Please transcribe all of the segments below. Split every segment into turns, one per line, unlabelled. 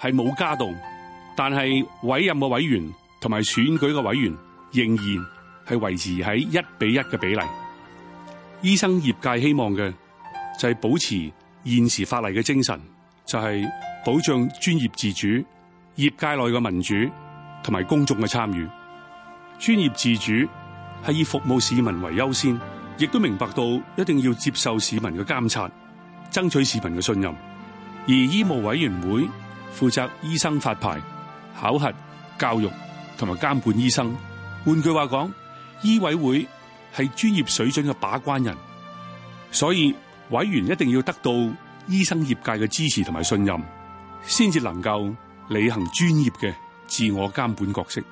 係冇加動，但係委任嘅委員同埋選舉嘅委員仍然係維持喺一比一嘅比例。醫生業界希望嘅就係保持現時法例嘅精神，就係保障專業自主、業界內嘅民主同埋公眾嘅參與。專業自主係以服務市民為優先，亦都明白到一定要接受市民嘅監察，爭取市民嘅信任。而醫務委員會負責醫生發牌、考核、教育同埋監管醫生。換句話講，醫委會係專業水準嘅把關人，所以委員一定要得到醫生業界嘅支持同埋信任，先至能夠履行專業嘅自我監管角色。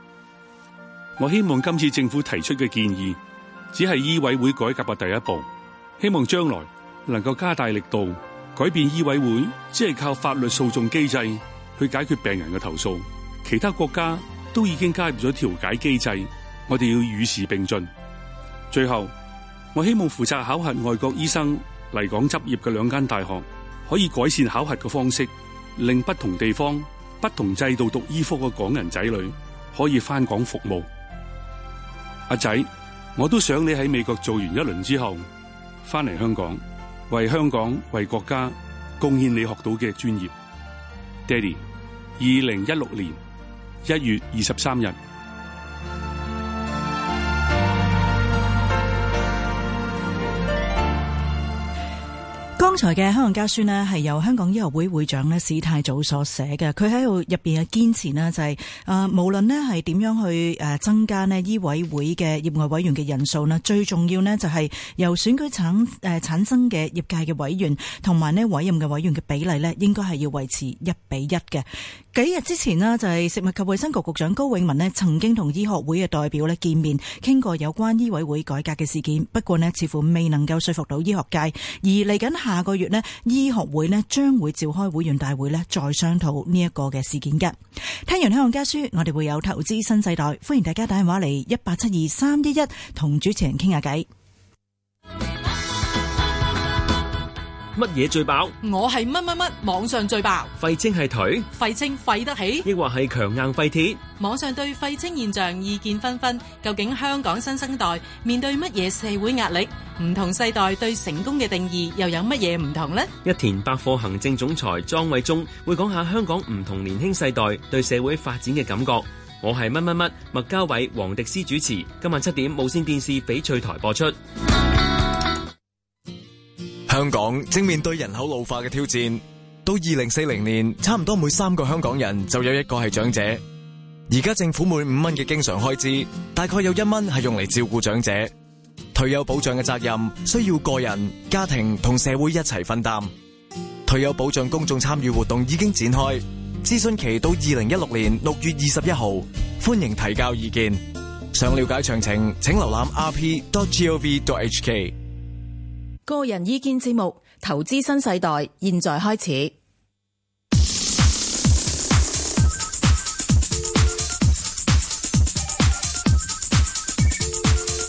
我希望今次政府提出嘅建議，只係醫委會改革嘅第一步，希望將來能夠加大力度改變醫委會，只係靠法律訴訟機制去解決病人嘅投訴。其他國家都已經加入咗調解機制，我哋要與時並進。最後，我希望負責考核外國醫生嚟港執業嘅兩間大學，可以改善考核嘅方式，令不同地方、不同制度讀醫科嘅港人仔女可以返港服務。阿仔，我都想你喺美國做完一輪之後，翻嚟香港，為香港、為國家貢獻你學到嘅專業。爹哋，二零一六年一月二十三日。
剛才嘅香港家書呢，係由香港醫學會會長呢史泰祖所寫嘅，佢喺度入邊嘅堅持呢，就係、是、誒、呃、無論呢係點樣去誒增加呢醫委會嘅業外委員嘅人數呢，最重要呢就係由選舉產誒、呃、產生嘅業界嘅委員同埋呢委任嘅委員嘅比例呢，應該係要維持一比一嘅。幾日之前呢，就係、是、食物及衛生局局長高永文呢曾經同醫學會嘅代表呢見面，傾過有關醫委會改革嘅事件，不過呢，似乎未能夠說服到醫學界，而嚟緊下。下個月呢，醫學會呢將會召開會員大會呢，再商討呢一個嘅事件嘅。聽完香港家書，我哋會有投資新世代，歡迎大家打電話嚟一八七二三一一同主持人傾下偈。
乜嘢最爆？
我係乜乜乜網上最爆。
廢青係腿，
廢青廢得起，
抑或係強硬廢鐵？
網上對廢青現象意見紛紛，究竟香港新生代面對乜嘢社會壓力？唔同世代對成功嘅定義又有乜嘢唔同呢？
一田百貨行政總裁莊偉忠會講下香港唔同年輕世代對社會發展嘅感覺。我係乜乜乜麥嘉偉、黃迪斯主持，今晚七點無線電視翡翠台播出。
香港正面對人口老化嘅挑戰，到二零四零年，差唔多每三個香港人就有一個係長者。而家政府每五蚊嘅經常開支，大概有一蚊係用嚟照顧長者。退休保障嘅責任需要個人、家庭同社會一齊分擔。退休保障公眾參與活動已經展開，諮詢期到二零一六年六月二十一號，歡迎提交意見。想了解詳情，請瀏覽 rp.gov.hk。
個人意見節目《投資新世代》，現在開始。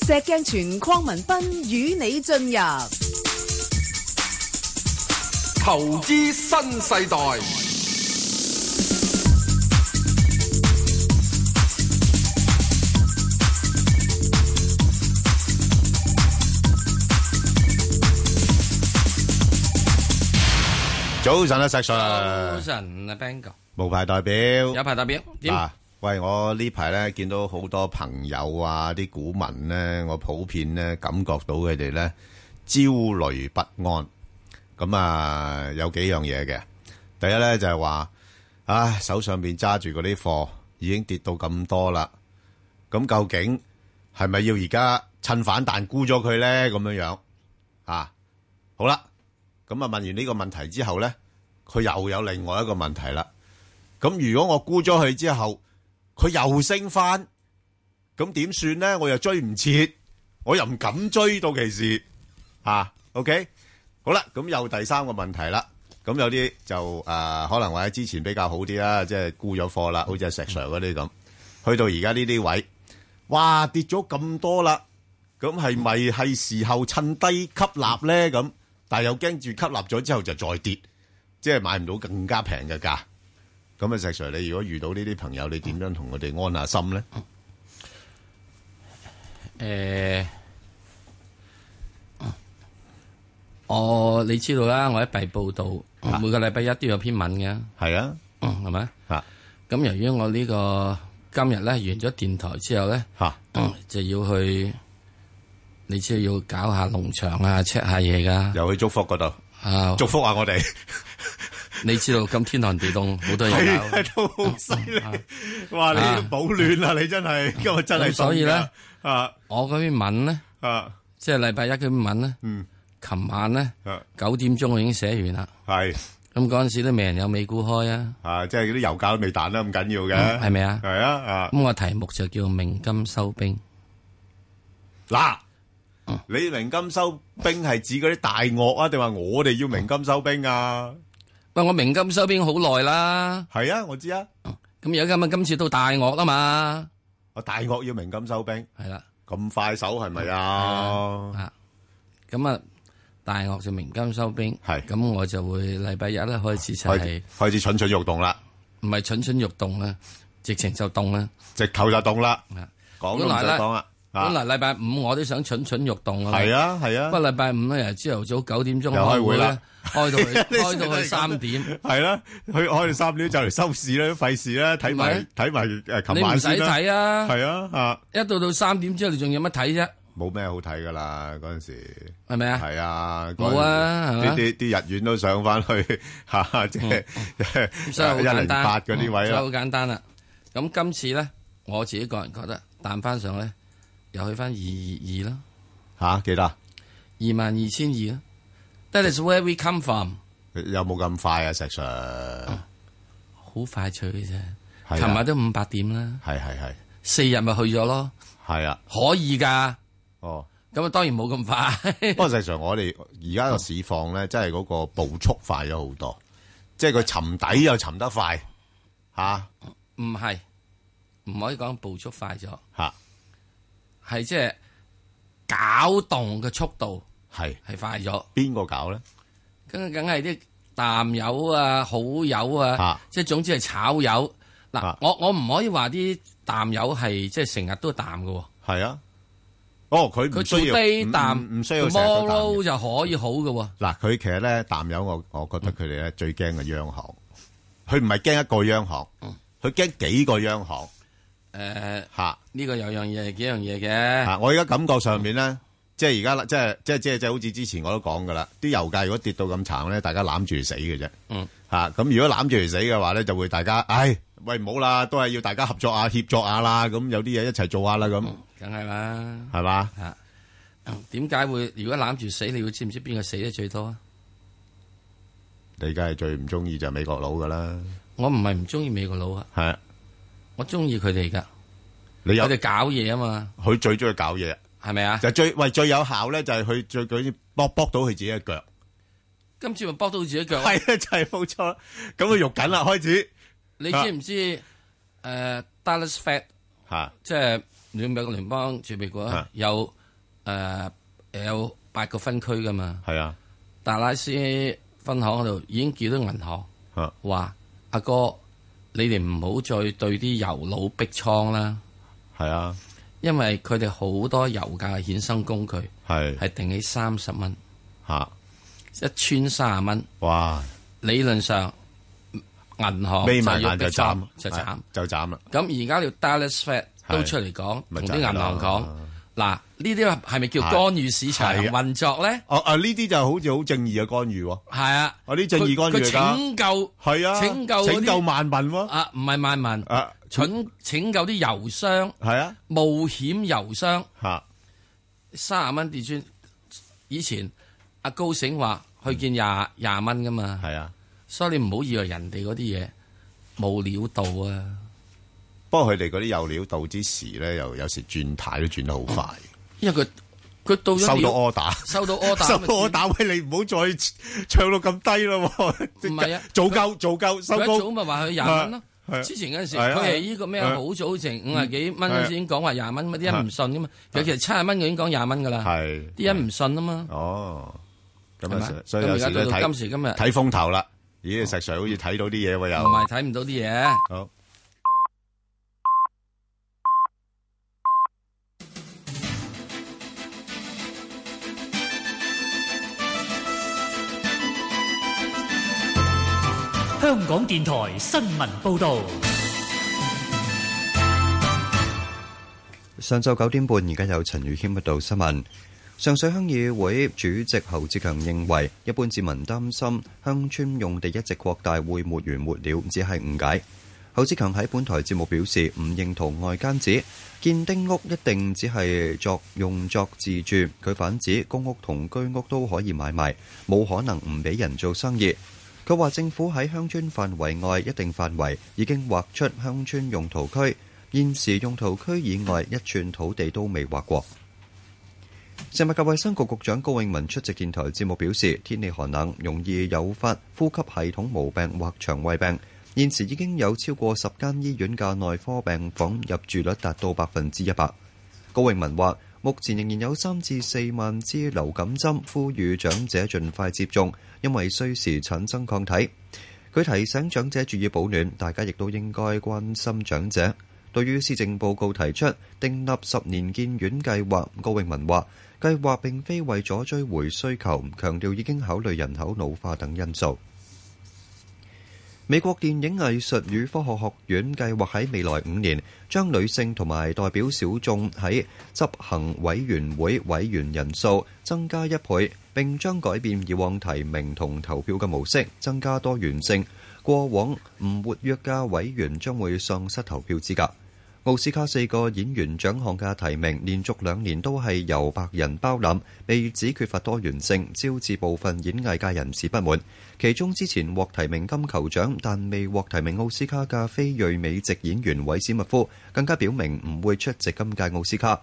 石鏡泉、鄺民彬與你進入《
投資新世代》。
早晨啊，石
早
Sir。
晨啊，Bang 哥。
無牌代表。
有牌代表。
嗱，喂，我呢排咧見到好多朋友啊，啲股民咧，我普遍咧感覺到佢哋咧焦慮不安。咁啊，有幾樣嘢嘅。第一咧就係話，唉，手上邊揸住嗰啲貨已經跌到咁多啦。咁究竟係咪要而家趁反彈沽咗佢咧？咁樣樣啊，好啦。咁啊，問完呢個問題之後咧，佢又有另外一個問題啦。咁如果我沽咗佢之後，佢又升翻，咁點算咧？我又追唔切，我又唔敢追到其時啊。OK，好啦，咁又第三個問題啦。咁有啲就誒，可能或者之前比較好啲啦，即係沽咗貨啦，好似係石 Sir 嗰啲咁，去到而家呢啲位，哇，跌咗咁多啦，咁係咪係時候趁低吸納咧？咁？但係又驚住吸納咗之後就再跌，即係買唔到更加平嘅價。咁啊，石 Sir，你如果遇到呢啲朋友，你點樣同佢哋安下心咧？
诶、我你知道啦，我喺幣報道，每個禮拜一都有篇文嘅。
係啊，
係咪？
啊，
咁由於我呢、個今日咧完咗電台之後咧，
吓、
就要去，你知道要搞下農場啊，check 下嘢噶。
又去祝福嗰度
啊，
祝福下我哋。
你知道咁天寒地凍，好多嘢嗯搞。
係都好犀利，哇！你保暖啦，你真係今日真係
啊咁所以咧，
啊，
我嗰篇文咧，
啊，
即係禮拜一嗰篇文咧，
嗯，
琴晚咧
啊
九點鐘我已經寫完啦，
係
咁嗰阵时都未人有美股開啊，
啊，即係嗰啲油價都未彈得咁緊要嘅，
係咪啊？
係啊，啊。
咁我題目就叫鳴金收兵，
嗱，
嗯
你明金收兵係指嗰啲大鱷啊，定話我哋要明金收兵啊？
喂，我鳴金收兵好耐啦，
係啊，我知啊，
咁而家今日今次到大鱷啦嘛，
我大鱷要明金收兵，
係啦，
咁快手係咪啊？
啊，咁啊大鱷就鳴金收兵，
係
咁我就會禮拜日咧開始就
開始
係
開始蠢蠢欲動啦，
唔係蠢蠢欲動啦，直情就動啦，
直頭就動啦，
啊
講都
本
唔使
來呢
講啦，啊
本來禮拜五我都想蠢蠢欲動啊，
係啊係啊
不過禮拜五咧由朝頭早九點鐘
又開
開
會
會
啦
咧，開到 去
你
開
真
到
係
去三點。
係啦，佢開到三點就嚟收市啦，費事啦，睇埋
唔
睇埋誒，
你
琴
唔
晚
使
先啦，
睇啊！
係啊啊，
一到到三點之後，你仲有乜睇啫？
冇咩好睇噶啦嗰陣時。
係咪啊？
系啊，
冇啊
嗰
係嘛
啲啲啲日元都上翻去 吓，即係
咁所以好
一零
簡單，
八嗰啲位
嗯所
啊
以好
啦。
簡單啦。咁今次咧，我自己個人覺得彈翻上咧，又去翻二二二啦，
吓幾多啊？
二萬二千二啦。That 啊 is where we come from。
有冇咁快啊？石 Sir，
好快脆嘅啫，
係啊
琴日都五百點啦，
係係係
四日咪去咗咯，
係啊，
可以㗎。
哦。
咁啊，當然冇咁快
不。過石 Sir，我哋而家個市況咧，真係嗰個步速快咗好多，即係佢沉底又沉得快，吓
唔係，唔可以講步速快咗，
吓
係即係搞動嘅速度
係
係快咗。
邊個搞咧？
梗梗係啲淡友啊、好友啊，
啊
即係總之係炒友。嗱、
啊
我我唔可以話啲淡友係即係成日都淡嘅喎，
係啊，哦，佢唔
佢做
需要
低淡，
唔唔唔需要成日都淡嘅
tomorrow 就可以好嘅喎。
嗱，佢其實咧淡友，我我覺得佢哋咧最驚嘅央行，佢唔係驚一個央行，佢驚幾個央行
嗯誒、
嚇
呢、個有樣嘢係幾樣嘢
嚇。
嘅，
我而家感覺上面咧，即係而家啦即係即係即係即係好似之前我都講噶啦，啲油價如果跌到咁慘咧，大家攬住嚟死嘅啫。
嗯
嚇咁如果攬住嚟死嘅話咧，就會大家唉喂唔好啦，都係要大家合作下協作下啦，咁有啲嘢一齊做下啦咁，
梗係啦。
係嘛？
嚇點解會？如果攬住死，你會知唔知邊個死得最多啊？
你梗係最唔中意就係美國佬噶啦，
我唔係唔中意美國佬啊，
係
我中意佢哋㗎，
你有
佢哋搞嘢啊嘛，
佢最中意搞嘢。
係咪啊？
就最喂最有效咧，就係佢最佢搏搏到佢自己嘅腳，
今次咪搏到自己腳咯
係啊，就係冇錯啦。咁佢肉緊啦，開始
你知唔知誒 Dallas Fed
嚇
即係美國聯邦儲備局啊
啊
有誒有八個分區噶嘛？
係啊
達拉斯分行嗰度已經叫到銀行
嚇
話：阿哥，你哋唔好再對啲油佬逼倉啦，
係啊
因為佢哋好多油價嘅衍生工具
係
係定喺三十蚊，
嚇
一穿三十蚊，
哇！
理論上銀行
眯
就
埋
要
眼
逼
就斬
倉就斬。
就斬啦，
咁而家條 Dallas Fed
係
都出嚟講，
咪
同
就
啲
係
銀行講
咯
嗱，呢啲係咪叫干預市場
係啊
運作咧？
哦啊呢啲就好似好正義嘅干預喎，
係啊，
哦呢正義干
佢
預嚟㗎，
佢拯救
係啊
拯救嗰
拯救
啲
萬民喎，
啊，唔係萬民，
啊
拯拯救啲油商、
係啊
冒險油商，
嚇
三十蚊跌穿。以前阿高盛話去見廿廿蚊噶嘛，
係啊。
所以你唔好以為人哋嗰啲嘢冇料到啊！
不過佢哋嗰啲有料到之時咧，又有時轉態都轉得好快，
因為佢佢到咗
收到
料
order。
收到 order，
收
咪
到 order 喂，你唔好再唱到咁低咯喎，
唔 係啊
做夠做夠 收
佢一
高
早。咪話佢廿蚊
係啊
咯。之前嗰陣時，
係啊
佢係呢個咩
係啊啊
好早成五啊幾蚊嗰陣時已經講話廿蚊，乜啲人唔信噶嘛？佢其實七啊蚊佢已經講廿蚊噶啦，
係
啲人唔信啊嘛。
哦，咁
係
啊
咪，
所以
咁而
有時
家
咧
到到
睇
今時今日，
睇風頭啦，咦，石 Sir 好似睇到啲嘢喎，又
唔係睇唔到啲嘢。
好，
香港電台新聞報導，
上晝九點半，而家有陳宇謙報道新聞。上水鄉議會主席侯志強認為，一般市民擔心鄉村用地一直擴大會沒完沒了，只係誤解。侯志強喺本台節目表示，唔認同外間指建丁屋一定只係作用作自住，佢反指公屋同居屋都可以買賣，冇可能唔俾人做生意。佢話政府喺鄉村範圍外一定範圍已經劃出鄉村用途區，現時用途區以外一寸土地都未劃過。食物及衛生局局長高永文出席電台節目表示，天氣寒冷，容易誘發呼吸系統毛病或腸胃病。現時已經有超過十間醫院嘅內科病房入住率達到百分之一百。高永文話：目前仍然有三至四萬支流感針，呼籲長者盡快接種，因為需時產生抗體。佢提醒長者注意保暖，大家亦都應該關心長者。對於施政報告提出訂立十年建院計劃，高永文話：計劃並非為咗追回需求，強調已經考慮人口老化等因素。美國電影藝術與科學學院計劃喺未來五年將女性同埋代表小眾喺執行委員會委員人數增加一倍，並將改變以往提名同投票嘅模式，增加多元性。過往唔活躍嘅委員將會喪失投票資格。奧斯卡四個演員獎項嘅提名連續兩年都係由白人包攬，被指缺乏多元性，招致部分演藝界人士不滿。其中之前獲提名金球獎但未獲提名奧斯卡嘅非裔美籍演員韋史密夫，更加表明唔會出席今屆奧斯卡。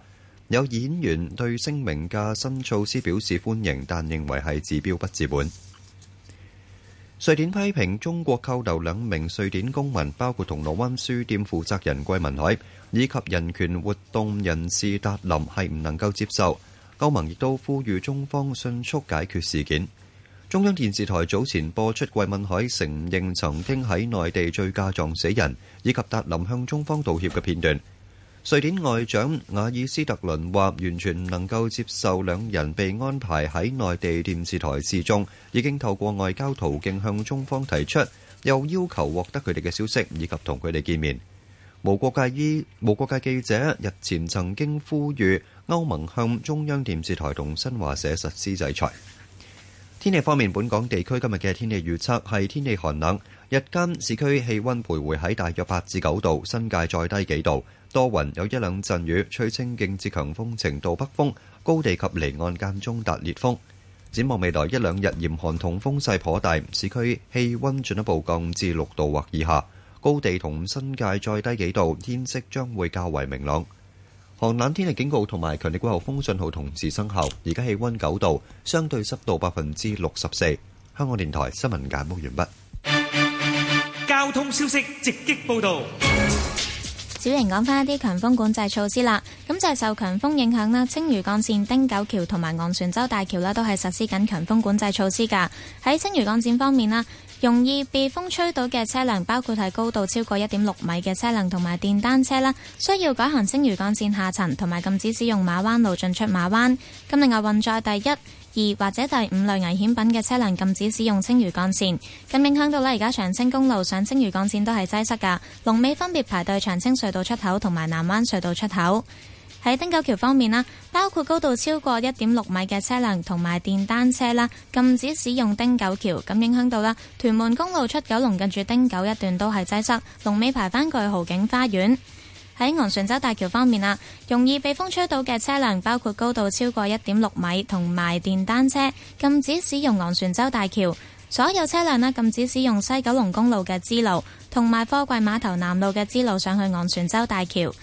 有演員對聲明嘅新措施表示歡迎，但認為係治標不治本。瑞典批評中國扣留兩名瑞典公民，包括銅鑼灣書店負責人桂民海以及人權活動人士達林，係唔能夠接受。歐盟亦都呼籲中方迅速解決事件。中央電視台早前播出桂民海承認曾經喺內地醉駕撞死人，以及達林向中方道歉嘅片段。瑞典外長雅爾斯特倫話：完全唔能夠接受兩人被安排喺內地電視台示眾，已經透過外交途徑向中方提出，又要求獲得佢哋嘅消息以及同佢哋見面。無國界醫無國界記者日前曾經呼籲歐盟向中央電視台同新華社實施制裁。天氣方面，本港地區今日嘅天氣預測係天氣寒冷，日間市區氣温徘徊喺大約八至九度，新界再低幾度，多雲有一兩陣雨，吹清勁至強風程度北風，高地及離岸間中達烈風。展望未來一兩日嚴寒同風勢頗大，市區氣温進一步降至六度或以下，高地同新界再低幾度，天色將會較為明朗。寒冷天氣警告同埋強烈季候風信號同時生效。而家氣温九度，相對濕度百分之六十四。香港電台新聞簡報完畢。
交通消息直擊報導。
小瑩講翻一啲強風管制措施啦，咁就係受強風影響啦，青嶼幹線、汀九橋同埋昂船洲大橋啦，都係實施緊強風管制措施㗎。喺青嶼幹線方面啦，容易被風吹到嘅車輛，包括係高度超過一點六米嘅車輛同埋電單車啦，需要改行青嶼幹線下層，同埋禁止使用馬灣路進出馬灣。咁另外運載第一，二或者第五類危險品嘅車輛禁止使用青嶼幹線，咁影響到呢，而家長青公路上青嶼幹線都係擠塞㗎，龍尾分別排隊長青隧道出口同埋南灣隧道出口。喺汀九橋方面啦，包括高度超過一點六米嘅車輛同埋電單車啦，禁止使用汀九橋，咁影響到啦。屯門公路出九龍近住汀九一段都係擠塞，龍尾排返過去豪景花園。喺昂船洲大橋方面啦，容易被風吹到嘅車輛包括高度超過一點六米同埋電單車，禁止使用昂船洲大橋。所有車輛呢，禁止使用西九龍公路嘅支路同埋貨櫃碼頭南路嘅支路上去昂船洲大橋。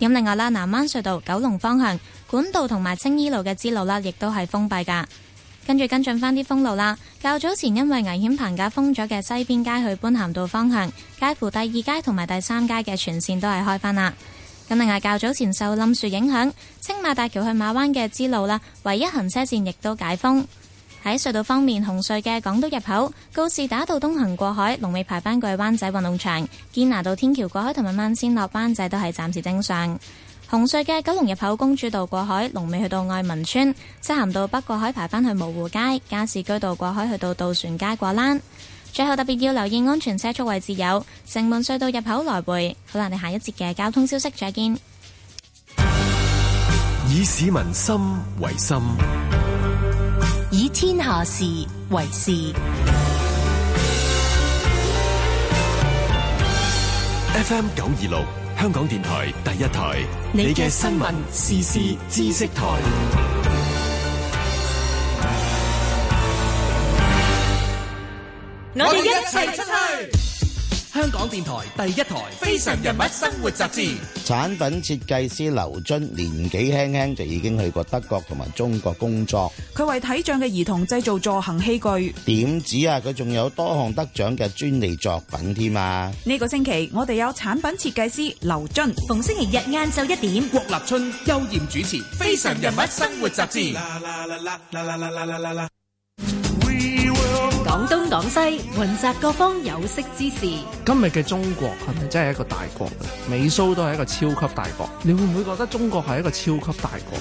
咁另外啦，南灣隧道九龍方向管道同埋青衣路嘅支路啦，亦都係封閉㗎。跟住跟進翻啲封路啦。較早前因為危險棚架封咗嘅西邊街去般咸道方向，介乎第二街同埋第三街嘅全線都係開返啦。咁另外較早前受冧樹影響，青馬大橋去馬灣嘅支路啦，唯一行車線亦都解封。喺隧道方面，紅隧嘅港島入口、告士打道東行過海、龍尾排班過去灣仔運動場、堅拿道天橋過海同埋慢線落灣仔都係暫時正常。紅隧嘅九龍入口公主道過海，龍尾去到愛民村；漆咸道北過海排返去蕪湖街，加士居道過海去到渡船街過欄。最後特別要留意安全車速位置有城門隧道入口來回。好啦，我哋下一節嘅交通消息再見。
以市民心為心，
以天下事為事。
FM 九二六，香港電台第一台，你嘅新聞時事知識台。
我哋一齊出去。
香港電台第一台《非常人物生活雜誌》。
產品設計師劉津年紀輕輕就已經去過德國同埋中國工作，
佢為體障嘅兒童製造助行器具。
點止啊！佢仲有多項得獎嘅專利作品添啊！
呢個星期我哋有產品設計師劉津，
逢星期日晏晝一點，
郭立春、邱艷主持《非常人物生活雜誌》。
廣東廣西雲集各方有識之士，
今日嘅中國係咪真係一個大國咧？美蘇都係一個超級大國，你會唔會覺得中國係一個超級大國？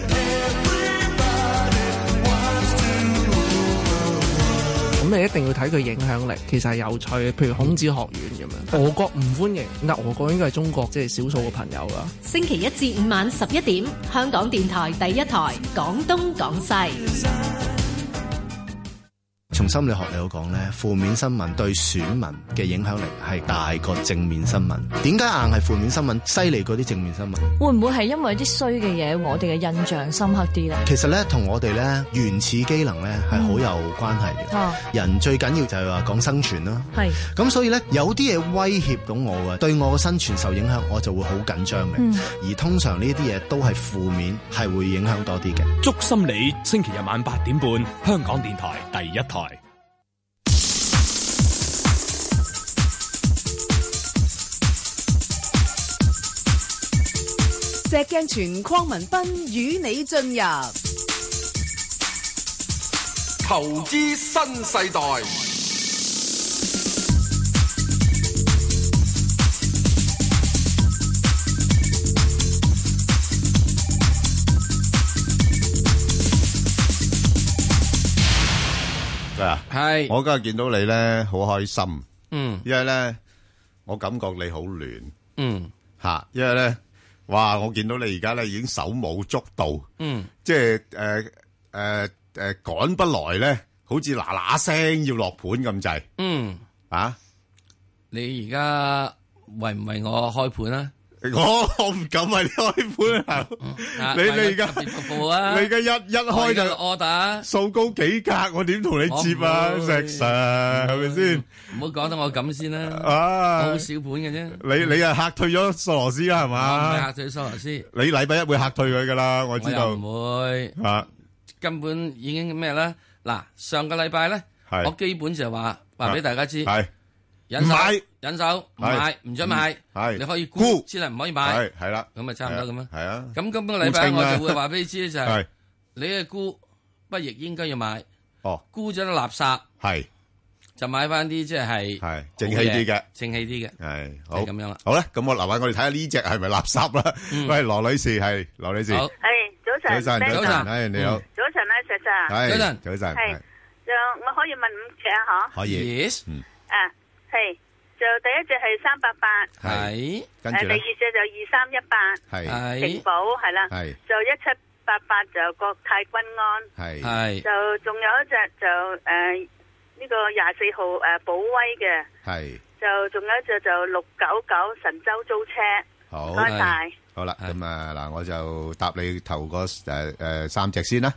咁你一定要睇佢影響力，其實係有趣嘅。譬如孔子學院咁樣，俄國唔歡迎，但俄國應該係中國即係少數嘅朋友啦。
星期一至五晚十一點，香港電台第一台廣東廣西。
從心理學嚟講咧，負面新聞對選民嘅影響力係大過正面新聞。點解硬係負面新聞犀利過啲正面新聞？
會唔會係因為啲衰嘅嘢，我哋嘅印象深刻啲咧？
其實咧，同我哋咧原始機能咧係好有關係嘅。嗯、人最緊要就係話講生存啦。
係
咁，所以咧有啲嘢威脅到我嘅，對我嘅生存受影響，我就會好緊張嘅。嗯、而通常呢啲嘢都係負面，係會影響多啲嘅。
祝心理星期日晚八點半，香港電台第一台。
石鏡泉鄺民彬與你進入
投資新世代。
啊，
係
我今日見到你咧，好開心。
嗯，
因為咧，我感覺你好亂
嗯
吓，因為咧，哇！我見到你而家咧已經手舞足蹈，
嗯，
即係誒誒誒趕不來咧，好似嗱嗱聲要落盤咁滯
嗯，
啊！
你而家為唔為我開盤啊？
我 我唔敢為你開盤
嗯
啊！你你而家
特別服務啊！
你而家一一開就
order
數高幾格，我點同你接啊？
我唔
石
會
Sir 係咪先？
嗯唔好講得我咁先啦，
啊
我好少盤嘅啫。
你你啊嚇退咗索羅斯啦
我
係
唔係嚇
嘛？
退蘇羅斯，
你禮拜一會嚇退佢噶啦，我
我
知道
又唔會，
啊！
根本已經咩啦？嗱，上個禮拜咧，
係
我基本就話話俾大家知，
係
忍手
唔買
忍手唔
係
買，唔准買，
係
你可以沽，之能唔可以買
係。係啦，
咁咪差唔多咁啦
係啊，
咁今個禮拜
沽清啦
我就會話俾你知就係
係
你嘅沽不亦應該要買，
哦，
沽咗啲垃圾
係
就買翻啲即係
係正氣啲嘅，
正氣啲嘅。
係好
咁樣啦。
好啦，咁我留翻我哋睇下呢只係咪垃圾啦。喂，羅女士係羅女士，
好
係早
早晨
晨，
早
早晨，
晨，係你好，
早晨啊，石 Sir，
係早晨，
係
係
就我可以問五隻啊，嗬，
可以
Yes，
嗯
啊，係就第一隻係三八八，
係
跟
誒，
住
第二
咧
隻就二三一八，
係
平保係啦，
係
就一七八八就國泰君安，
係
係
就仲有一隻就誒呢個廿四號誒寶威嘅，
係
就仲有一隻就六九九神州租車，
好
唔該晒。
好啦，咁啊嗱，我就答你頭嗰誒誒三隻先啦。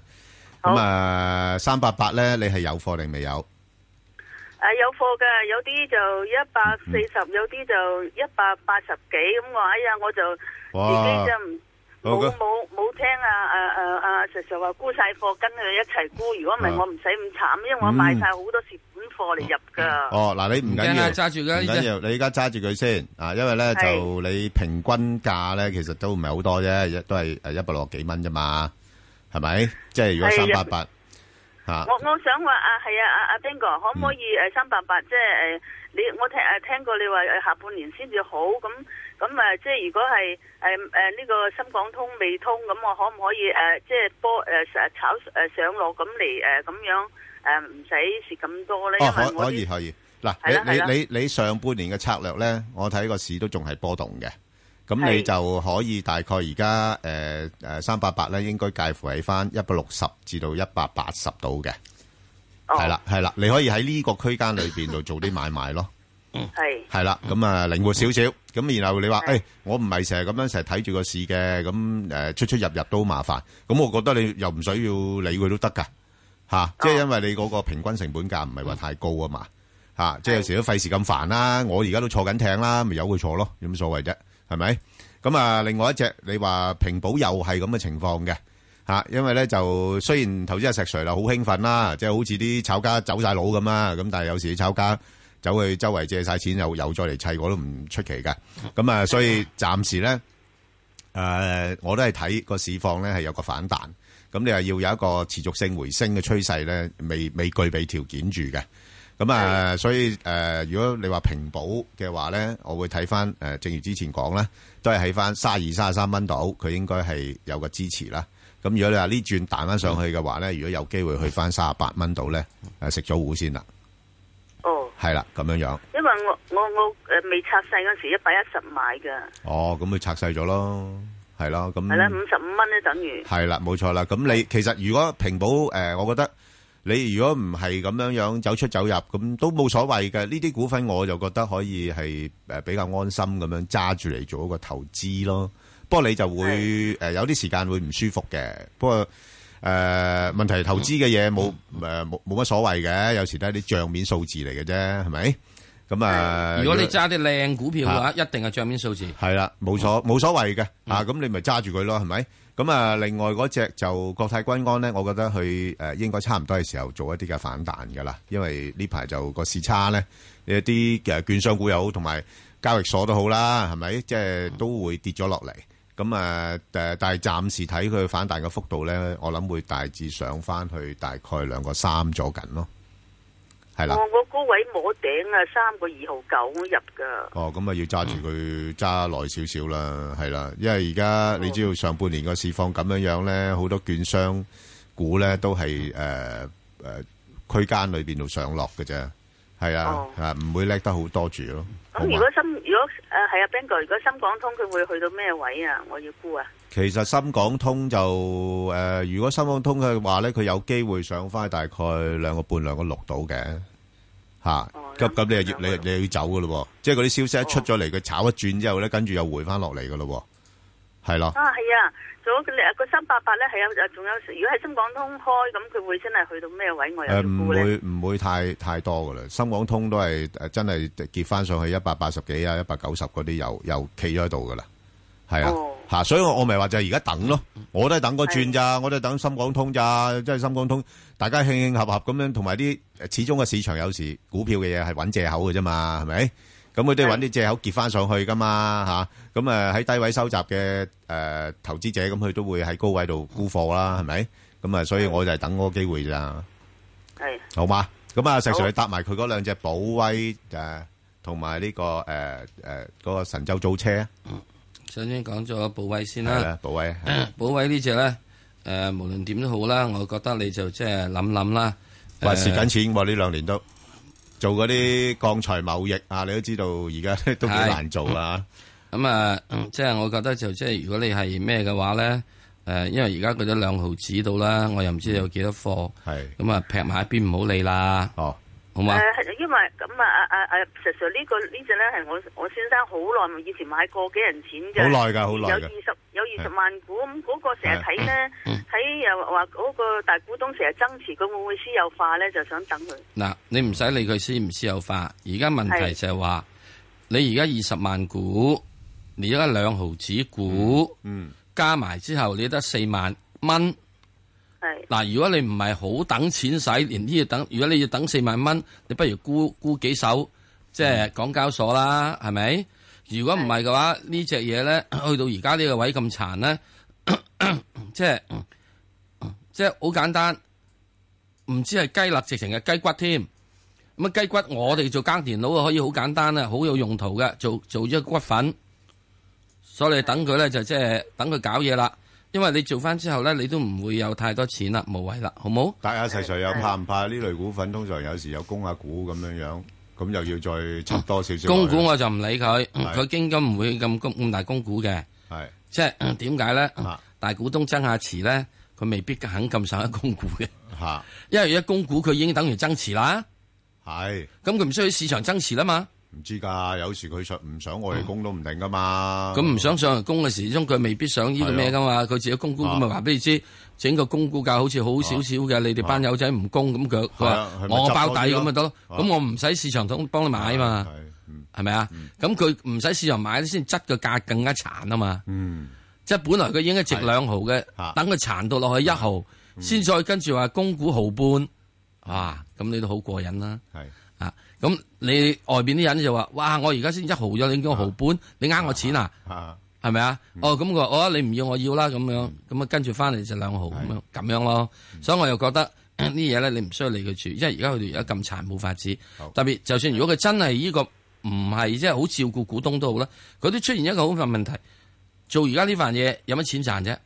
咁啊，三八八咧，你係有貨定未有？
诶、啊有貨嘅，有啲就一百四十，有啲就一百八十幾咁。我哎呀，我就自己
哇
就唔
好嘅
冇冇冇聽啊啊啊啊！石 Sir 話沽晒貨，跟佢一齊沽。如果唔係，
啊嗯
我唔使咁慘，因為我買晒好多蝕本貨嚟入㗎。
哦，嗱，你唔
唔
緊
緊
要，
要揸住佢
唔
呢
緊
隻
要，你而家揸住佢先啊，因為咧
係
就你平均價咧，其實都唔係好多啫，一都係誒一百六十幾蚊啫嘛，係咪？即係如果
係
三八八，嚇
我我想話啊，係啊，阿阿 Ben 哥，可唔可以
嗯
誒三八八即係誒你我聽誒聽過你話誒下半年先至好咁咁誒，即係如果係誒誒呢個深港通未通咁，我可唔可以誒即係波誒炒誒上落咁嚟誒咁樣誒唔使蝕咁多咧？
哦，
因為
可
我
可以
啲
可以。嗱，
係啦
你
係啦
你你你上半年嘅策略咧，我睇個市都仲係波動嘅，咁
係
你就可以大概而家诶诶三八八咧，應該介乎喺翻一百六十至到一百八十度嘅，
哦
係啦係啦，你可以喺呢個區間裏边度做啲買 賣咯。
嗯
係
系啦，咁啊靈活少少，咁然後你話，诶、我唔係成日咁樣成日睇住個市嘅，咁诶、誒出出入入都麻煩，咁我覺得你又唔需要理佢都得噶，吓、即係因為你嗰個平均成本價唔係話太高啊嘛，吓、即係有時都費事咁煩啦，我而家都坐緊艇啦，咪由佢坐咯，有乜所謂啫，係咪？咁啊，另外一隻你話平保又係咁嘅情況嘅。吓，因為咧就雖然頭先阿石 Sir 啦好興奮啦，即係好似啲炒家走晒佬咁啦，咁但係有時啲炒家走去周圍借晒錢，又又再嚟砌，我都唔出奇噶。咁啊，所以暫時咧，誒、呃我都係睇個市況咧係有個反彈。咁你話要有一個持續性回升嘅趨勢咧，未未具備條件住嘅。咁啊，所以誒、呃如果你話平保嘅話咧，我會睇翻誒，正如之前講啦，都係喺翻三二、三三蚊度，佢應該係有個支持啦。咁如果你話呢轉彈翻上去嘅話咧，如果有機會去翻三十八蚊度咧，誒食咗糊先啦，
哦，
係啦，咁樣樣。
因為我我我誒未拆細嗰時一百一十買㗎，
哦，咁佢拆細咗咯，係咯，咁
係啦，五十五蚊咧等於。
係啦，冇錯啦。咁你其實如果平保誒、呃我覺得你如果唔係咁樣樣走出走入，咁都冇所謂嘅。呢啲股份我就覺得可以係誒比較安心咁樣揸住嚟做一個投資咯。不過你就會誒、呃有啲時間會唔舒服嘅，不過。誒、問題投資嘅嘢冇誒冇冇乜所謂嘅，有時都係啲帳面數字嚟嘅啫，係咪？咁啊，
如果你揸啲靚股票嘅話，一定係帳面數字。
系啦，冇所冇所謂嘅啊，咁你咪揸住佢咯，係咪？咁啊，另外嗰只就國泰君安咧，我覺得佢誒應該差唔多係時候做一啲嘅反彈噶啦，因為呢排就個市差咧，有啲誒券商股又好，同埋交易所都好啦，係咪？即係都會跌咗落嚟。咁啊誒，但係暫時睇佢反彈嘅幅度咧，我諗會大致上翻去大概兩個三左緊咯，係啦
我。我高位摸頂啊，三個二毫九入噶。
哦，咁啊要揸住
嗯
佢揸耐少少啦，係啦，因為而
哦
家你知道上半年個市況咁樣樣咧，好多券商股咧都係
嗯
誒誒區間裏邊度上落嘅啫，係啊，啊唔會叻得好多住咯。
哦咁
好嘛
如果深如果誒係啊，Ben 哥，如果深港通佢會去到咩位啊？我要估啊，
其實深港通就誒、呃如果深港通嘅話咧，佢有機會上翻大概兩個半兩個六到嘅嚇。
哦
咁咁、你又要你你又要走嘅咯喎，即係嗰啲消息一出咗嚟，佢炒一轉之後咧，跟住又回翻落嚟嘅咯喎，係咯。
啊係啊，仲有佢個三八八咧係啊，仲有如果係深港通開咁，佢會真係去到咩位？我又要
誒呃唔
估咧。
會唔會太太多噶啦，深港通都係誒真係結翻上去一百八十幾啊、一百九十嗰啲又又企咗喺度噶啦，係啊嚇，所以我我咪話就係而家等咯，我都係等個轉咋，我都係等深港通咋，即係深港通大家慶慶合合咁樣，同埋啲始終個市場有時股票嘅嘢係揾藉口嘅啫嘛，係咪？咁佢都要揾啲藉口結翻上去噶嘛嚇，咁誒喺低位收集嘅誒、呃投資者，咁佢都會喺高位度沽貨啦，係咪？咁啊，所以我就係等嗰個機會咋。
係
好嘛？咁啊，石
好
Sir 你搭埋佢嗰兩隻寶威诶，同埋呢個诶诶嗰個神州租車啊，
首先講咗保威先
係
啦
啦，，寶威啊，
保威呢只咧，誒無論點都好啦，我覺得你就即係諗諗啦。
話
誒
蝕緊錢喎，呢兩年都做嗰啲鋼材貿易啊，你都知道 而家都幾難做啊。
咁啊，嗯即係我覺得就即係如果你係咩嘅話咧，誒，因為而家佢都兩毫子到啦，我又唔知有幾多貨，
係
咁啊，劈埋一邊唔好理啦。
哦，
好嘛
誒，，啊呃係因為咁啊啊啊啊，實在呢個呢只咧係我我先生好耐以前買過幾人錢嘅，
好耐㗎好耐
有
㗎嗯
二十有二十萬股，咁嗰個成日睇咧，睇又話嗰個大股東成日增持，佢會唔會私有化咧？就想等佢。
嗱，你唔使理佢私唔私有化，而家問題
係
就係話，你而家二十萬股，你而家兩毫子股，
嗯，
加埋之後你得四萬蚊。
係
嗱，如果你唔係好等錢使，連呢要等，如果你要等四萬蚊，你不如沽沽幾手，即係港交所啦，係咪？如果唔係嘅話，呢 只嘢咧，去到而家呢個 位咁殘咧，即係即係好簡單。唔知係雞肋，直情係雞骨添。咁啊雞骨我哋做耕田佬啊可以好簡單啊，好有用途嘅，做做咗骨粉。所以你等佢咧就即係等佢搞嘢啦，因為你做翻之後咧，你都唔會有太多錢啦，無謂啦，好冇？
大家細細又怕唔啊怕呢類股份？通常有時有供下股咁樣樣，咁又要再插多少少落
呃哦供
去。
股我就唔理佢，佢基金唔會咁供咁大供股嘅。
系
即係呃點解咧？
啊
大股東爭下持咧，佢未必肯咁上一供股嘅。
吓，
因為一供股佢已經等於增持啦。
係。
咁佢唔需要市場增持啦嘛。
唔知㗎，有時佢想唔想我哋供都唔定㗎嘛。
咁唔想上嚟供嘅時鐘，佢未必想呢個咩噶嘛。佢自己供股
啊啊
咁咪話俾你知，整個供股價好似好少少嘅，你哋班友仔唔供咁佢佢
係啊
話
係咪
我
執
包
多
底
啲咯
咁咪得咯。
啊嗯
咁我唔使市場通幫你買啊嘛，係咪啊？咁佢唔使市場買先質個價更加殘啊嘛。
嗯，啊
即係本來佢應該值兩毫嘅，等佢殘到落去一毫，
嗯
先再跟住話供股毫半，哇！咁你都好過癮啦。
係
啊，咁你外邊啲人就話：，哇！我而家先一毫咗，你叫我毫半，你呃我錢啊？
啊，嗯
係咪啊？哦，咁佢話：，哦，你唔要我要啦，咁樣，咁啊跟住翻嚟就兩毫咁樣，咁樣咯。所以我又覺得 呢嘢咧，你唔需要理佢住，因為而家佢哋而家咁殘冇法子。特別就算如果佢真係呢個唔係即係好照顧股東都好啦，佢都出現一個好大問題。做而家呢份嘢有乜錢賺啫？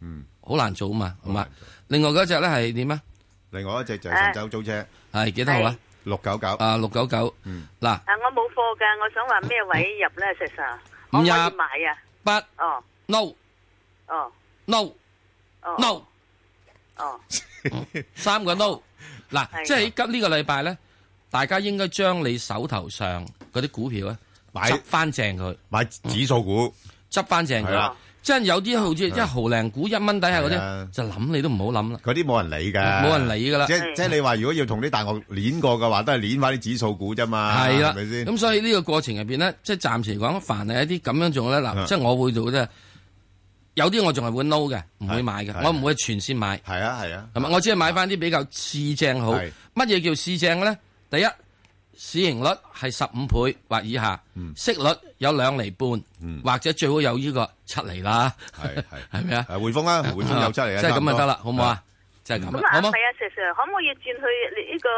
嗯，
好難做啊嘛，係嘛？另外嗰只咧係點啊？
另外一隻就係神州租車，
係幾多號啊？
六九九
啊，六九九。嗱，
啊，我冇貨㗎，我想話咩位入咧，石 Sir？
唔
我可以
入
買啊？
不
哦，
no
哦，
no
哦
no
哦，
三個 no。嗱，
係
即係喺今呢個禮拜咧，大家應該將你手頭上嗰啲股票咧，執翻正佢，
買指數股，
執翻正
係
佢
啦。
即係有啲好似一毫零股、一蚊底下嗰
係
啲
啊，
就諗你都唔好諗啦。
嗰啲冇人理㗎，
冇人理㗎啦
即即係你話如果要同啲大鱷攣過嘅話，都係攣翻啲指數股啫嘛。
係啦，
啊係咪先？
咁所以呢個過程入邊咧，即係暫時嚟講，凡係一啲咁樣做咧，嗱，
嗯
即係我會做咧，有啲我仲係會撈嘅，唔會買嘅，
係
我唔會全線買。
係啊係啊，
係咪？我只係買翻啲比較市正好。
係
乜嘢叫市正嘅咧？第一，市盈率係十五倍或以下，
嗯
息率有兩厘半，或者最好有呢個七厘啦。
係係
係咪啊？
匯豐啊，匯豐有出嚟啊，
即係
差唔
咁
多
就得啦，好唔好啊？就係咁
咁
啦，好嗯
啊，
唔好？
係啊，石 Sir，可唔可以轉去呢個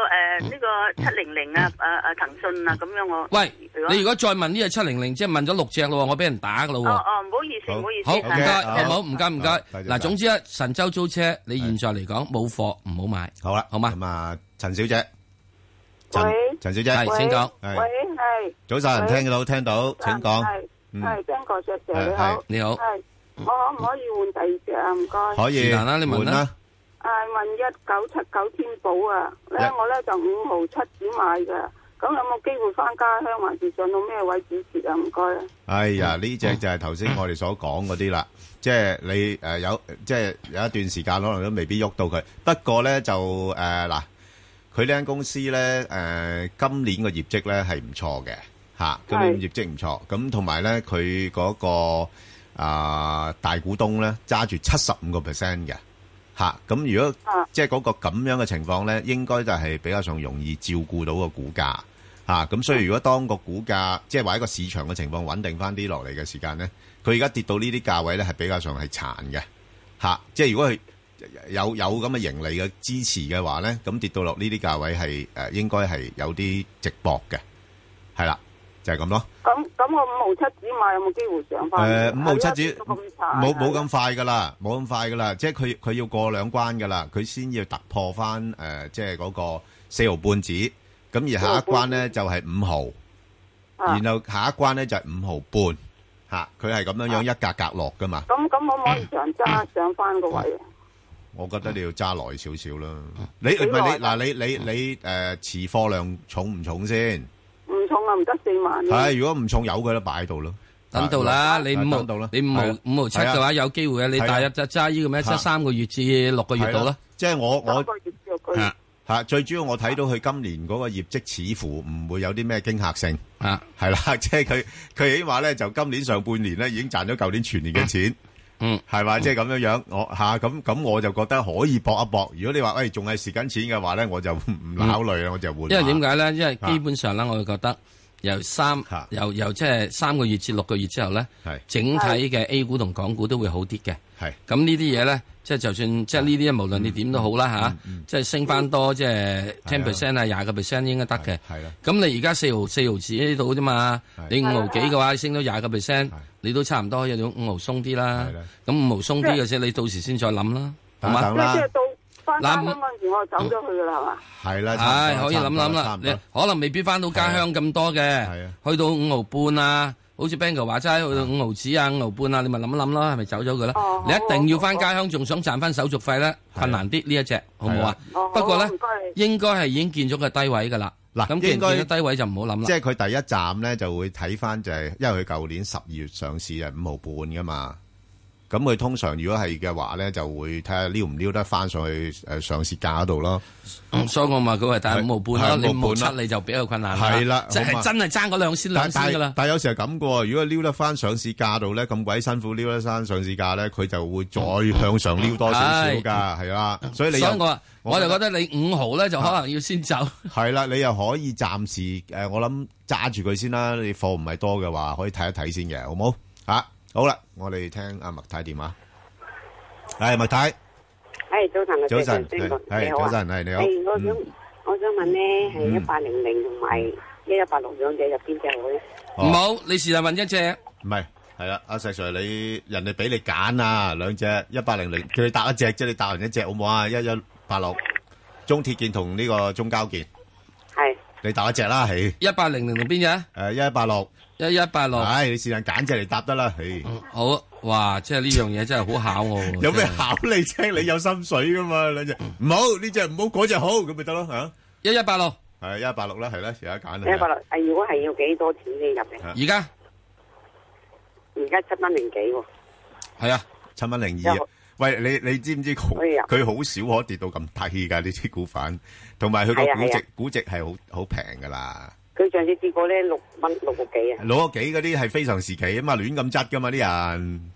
誒呢個七零零啊？誒誒，騰訊啊，咁樣我
喂，你如果再問呢個七零零，即係問咗六隻咯喎，我俾人打噶咯
哦
喎。
哦，唔好意思，唔好意思，
好唔該，
係
好冇唔該唔該。
多謝
嗱，
晒
總之咧，神州租車，你現在嚟講冇貨，唔好買。
好啦，
好嘛。
咁啊，陳小姐，陳
喂，
陳小姐，
係請講
係
喂，系
早晨，聽到聽到，
Dạ,
請講。
系
嗯
系 Ben 哥石 Sir
係
你好
係，
系我
你好
可唔可以換第二隻啊？唔該，
可以，換啦。
诶，问一九七九天寶
à.
啊，咧
一
我咧就五毫七子買嘅，咁有冇機會翻家鄉還是上到咩位止蝕啊？唔該啊，
哎呀，呢只就係頭先我哋所講嗰啲啦，即係你誒、呃有，即係有一段時間可能都未必喐到佢。不過咧就呃誒嗱，佢、呢間公司咧誒、呃今年嘅業績咧係唔錯嘅嚇，今年業績唔錯。咁同埋咧佢嗰個啊、大股東咧揸住七十五個 percent 嘅。吓，咁如果即係嗰個咁樣嘅情況咧，應該就係比較上容易照顧到個股價吓，咁、所以如果當個股價即係或者個市場嘅情況穩定翻啲落嚟嘅時間咧，佢而家跌到呢啲價位咧係比較上係殘嘅吓、即係如果佢有有咁嘅盈利嘅支持嘅話咧，咁跌到落呢啲價位係誒、呃、應該係有啲直搏嘅，係啦，就係、咁咯。
咁咁我五毫七子買有冇機會上翻？
誒五毫七子
係咯跌到
冇冇咁快噶啦，冇咁快噶啦，即係佢佢要過兩關噶啦，佢先要突破翻誒、呃即係嗰個四毫半子，咁而下一關咧就係五毫，
啊
然後下一關咧就係五毫半，嚇、佢係咁樣樣一格格落噶嘛，
咁咁咁可唔可以長揸上翻個位啊？
我覺得你要揸耐少少啦。
嗯
你唔
幾耐
係你嗱你你你誒、呃持貨量重唔重先？
唔重啊，唔得四萬。
係如果唔重有佢都擺喺度咯。
嗯等到啦，你五毫
等到啦，
你五毫
係啊
五毫七
係啊
嘅話，有機會嘅。你
係啊
大約就揸呢個咩？
係啊
揸三個月至六個月到
係
啦
啦。即係我我
嚇
嚇，最主要我睇到佢今年嗰個業績似乎唔會有啲咩驚嚇性
啊，
係啦， 即係佢佢起碼咧就今年上半年咧已經賺咗舊年全年嘅錢，
嗯，
係嘛，即係咁樣樣，我嚇咁咁我就覺得可以搏一搏。如果你話喂仲係蝕緊錢嘅話咧，我就唔唔考慮啦，我就換馬。
因為點解咧？因為
啊
基本上咧，我會覺得由三由由即係三個月至六個月之後咧，整體嘅 A 股同港股都會好啲嘅。
係啊嗯
咁呢啲嘢咧，即係就算即係呢啲，無論你點都好啦吓，即係升翻多即係 ten percent 啊，廿個 percent 應該得嘅。
係啦。
咁你而家四毫四毫子呢度啫嘛，你五毫幾嘅話，升到廿個 percent，你都差唔多有種五毫鬆啲啦。咁五毫鬆啲嘅啫，你到時先再諗啦，好
等
嘛
等？啦
即係到翻家鄉嗰陣時，我就走咗去噶啦，係嘛？
係啦，
唉，
差唔
可以
多啊
諗諗啦，你可能未必翻到家鄉咁多嘅，去到五毫半啊，好似 Bang 哥話齋，去到五毫子啊、五毫半啊，你咪諗一諗咯，係咪走咗佢啦？你一定要翻家鄉，仲想賺翻手續費
啊
咧，困難啲呢一隻，好唔好啊？不過咧，應該係已經見咗個低位噶啦。
嗱
咁既然
應該
見咗低位就唔好諗啦。
即係佢第一站咧就會睇翻就係、因為佢舊年十二月上市係五毫半噶嘛，咁佢通常如果係嘅話咧，就會睇下撩唔撩得翻上去誒、呃上市價嗰度咯。
嗯所以我咪佢話但係五毫半
係
啦，
係
你
五毫
五毫
半
七
啦
你就比較困難啦。
係啦，
即
好
係
嘛
真係爭嗰兩先兩
但
先噶啦
但。但有時係咁嘅喎，如果撩得翻上市價度咧，咁鬼辛苦撩得翻上市價咧，佢就會再向上撩多少少㗎，
嗯唉嗯
係啦。所以你
所
又
以我話我就覺得你五毫咧就可能要先走。
啊係啦，你又可以暫時诶、呃我諗揸住佢先啦。你貨唔係多嘅話，可以睇一睇先嘅，好冇吓、啊好啦，我哋聽阿麥太電話。係麥太，
系早晨啊，
早晨
謝謝
係係
你好啊
早晨係你好
係我想我想问咧，系一
嗯
八零零同埋一一八六两只入边只好咧？
唔好，你是但問一隻。
哦唔係係啦，阿石 Sir，你人哋俾你揀啊，兩隻一八零零，叫你答一隻啫，你答完一隻好冇啊？一一八六，中鐵建同呢個中交建，
系
你答一隻啦，係
一八零零同邊隻？
诶，一一八六，
一一八六，嗯
唉，你是但揀隻嚟答得啦，唉，
好，哇！即係呢樣嘢真係好考我。
有咩考你啫？你有心水噶嘛？兩隻唔好呢只唔好，嗰只好咁咪得咯吓。
一一八六
係一一八六啦，係啊啦，而家揀啦。
一八六，诶，如果系要几多钱先入咧？
嗯
而家
而家七蚊零几喎，
系啊，
七蚊零二。喂，你你知唔知佢
哎呀
佢好少可跌到咁低㗎？呢啲股份，同埋佢個
係啊
估
係
值
啊
估值係好好平㗎啦。
佢上次跌過咧六蚊六个几啊？
攞幾嗰啲係非常時期啊嘛，亂咁質噶嘛啲人，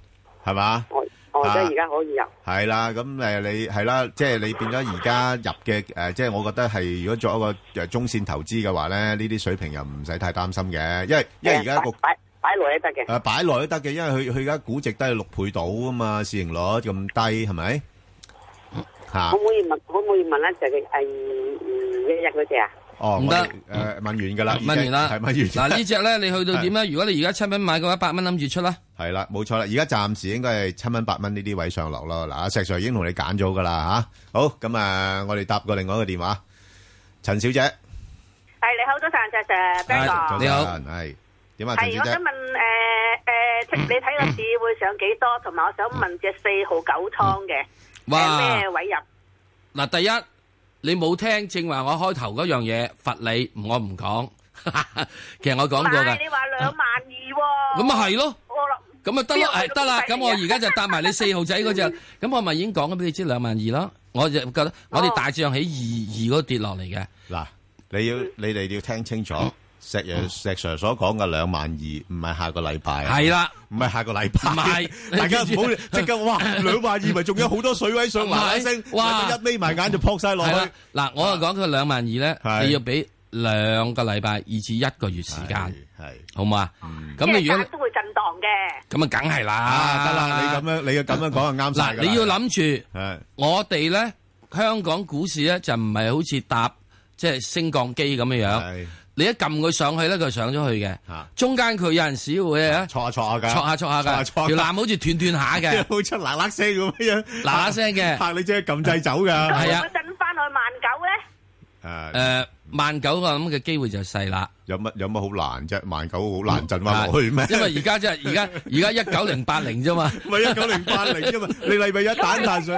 係嘛？
哦，
啊
即係而家可以入。
係啦，咁誒你係啦，即係你變咗而家入嘅誒、即係我覺得係如果作一個誒中線投資嘅話咧，呢啲水平又唔使太擔心嘅，因為因為而 家個
擺摆落都得嘅。
誒擺耐都得嘅，因為佢佢而家估值都係六倍到啊嘛，市盈率咁低係咪？嚇、
可唔可以問？可唔可以問咧？就係诶哎一日嗰只啊？
哦，
唔得
我哋誒問完㗎啦，
問完啦。
係問完
嗱呢只咧，你去到點咧？如果你而家七蚊買嘅話，八蚊諗住出啦。
系啦，冇錯啦，而家暫時應該係七蚊八蚊呢啲位上落咯。嗱，阿石 Sir 已經同你揀咗噶啦吓。好，咁啊，我哋搭過另外一個電話，陳小姐，
系你好，早晨，石 Sir Ben 哥，
系點啊，陳
系
小
我
姐
想？问诶 诶，呃你睇个市会上几多？同埋我想问只四号九仓嘅，
哇
誒咩位入？
嗱，第一你冇聽正話我開頭嗰樣嘢罰你，我唔講。 其實我講過
唔
㗎
係。你话两万二喎，
咁咪係咯
我諗
咁啊得啦，係得啦，咁我而家就搭埋你四號仔嗰只， 咁我咪已經講咗俾你知兩萬二咯。我就覺得我
哦
哋大致上喺二二嗰跌落嚟嘅。
嗱，你要你哋要聽清楚，石爺石 Sir 所講嘅兩萬二，唔係下個禮拜，
係啦，
唔係下個禮拜，
唔係
大家 唔好即刻哇，兩萬二咪仲有好多水位上埋一聲，
哇
一眯埋眼就撲晒落
係
去啊
啦。嗱，我就講佢兩萬二咧，
係
你要俾兩個禮拜以至一個月時間，
係嗯
好唔好啊？咁
即係
你如果
間都会震荡嘅。
咁啊，梗係啦，
啊得啦，你咁樣你咁樣講就啱晒
嗱，
㗎啦
你要諗住
係，
我哋咧香港股市咧就唔係好似搭即係升降機咁樣樣，你一撳佢上去咧，佢就上咗去嘅。中間佢有陣時會啊，
挫下挫下㗎
挫下挫下㗎，
挫下挫下
條纜好似斷斷下嘅，
好出嗱嗱聲咁樣，
嗱嗱聲嘅，
嚇你即係撳掣走 㗎。
咁
係
會唔
啊
會。震翻去萬九咧？
诶，萬九我諗嘅機會就細啦。
有乜有乜好難啫？萬九好難震翻落去咩？
因為而家即係而家而 家一九零八零啫嘛，
咪一九零八零啫嘛，你禮拜一蛋彈上，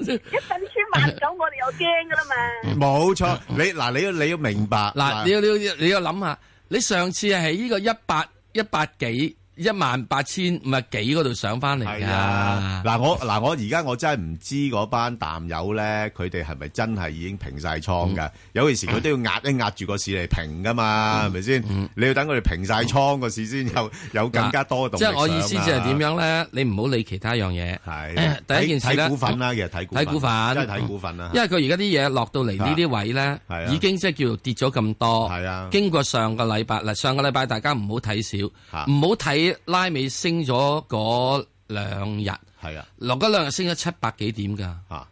一震穿萬九，我哋又驚噶啦嘛。
嗯
冇錯。你嗱，你要你要明白
嗱，你要你要你要諗下，你上次係喺呢個一百一百幾一萬八千五啊幾嗰度上翻嚟
係啊
㗎。
嗱我嗱我而家我真係唔知嗰班淡友咧，佢哋係咪真係已經平晒倉
嗯
㗎？有陣時佢都要壓一壓住個市嚟平㗎嘛，係咪先？你要等佢哋平晒倉個市先有有更加多動
嗯
力
即
上啊。
係我意思就係點樣咧？你唔好理其他樣嘢。
係
第一件事
睇
咧，
睇股份啦其實睇股份
睇股份，
真係睇股份啦
因為佢而家啲嘢落到嚟呢啲位咧
係啊，
已經即係叫做跌咗咁多。
係啊
經過上個禮拜嗱，上個禮拜大家唔好睇少，唔好睇拉尾升咗嗰兩日。
係啊，
落嗰兩日升咗七百幾點㗎。
嚇，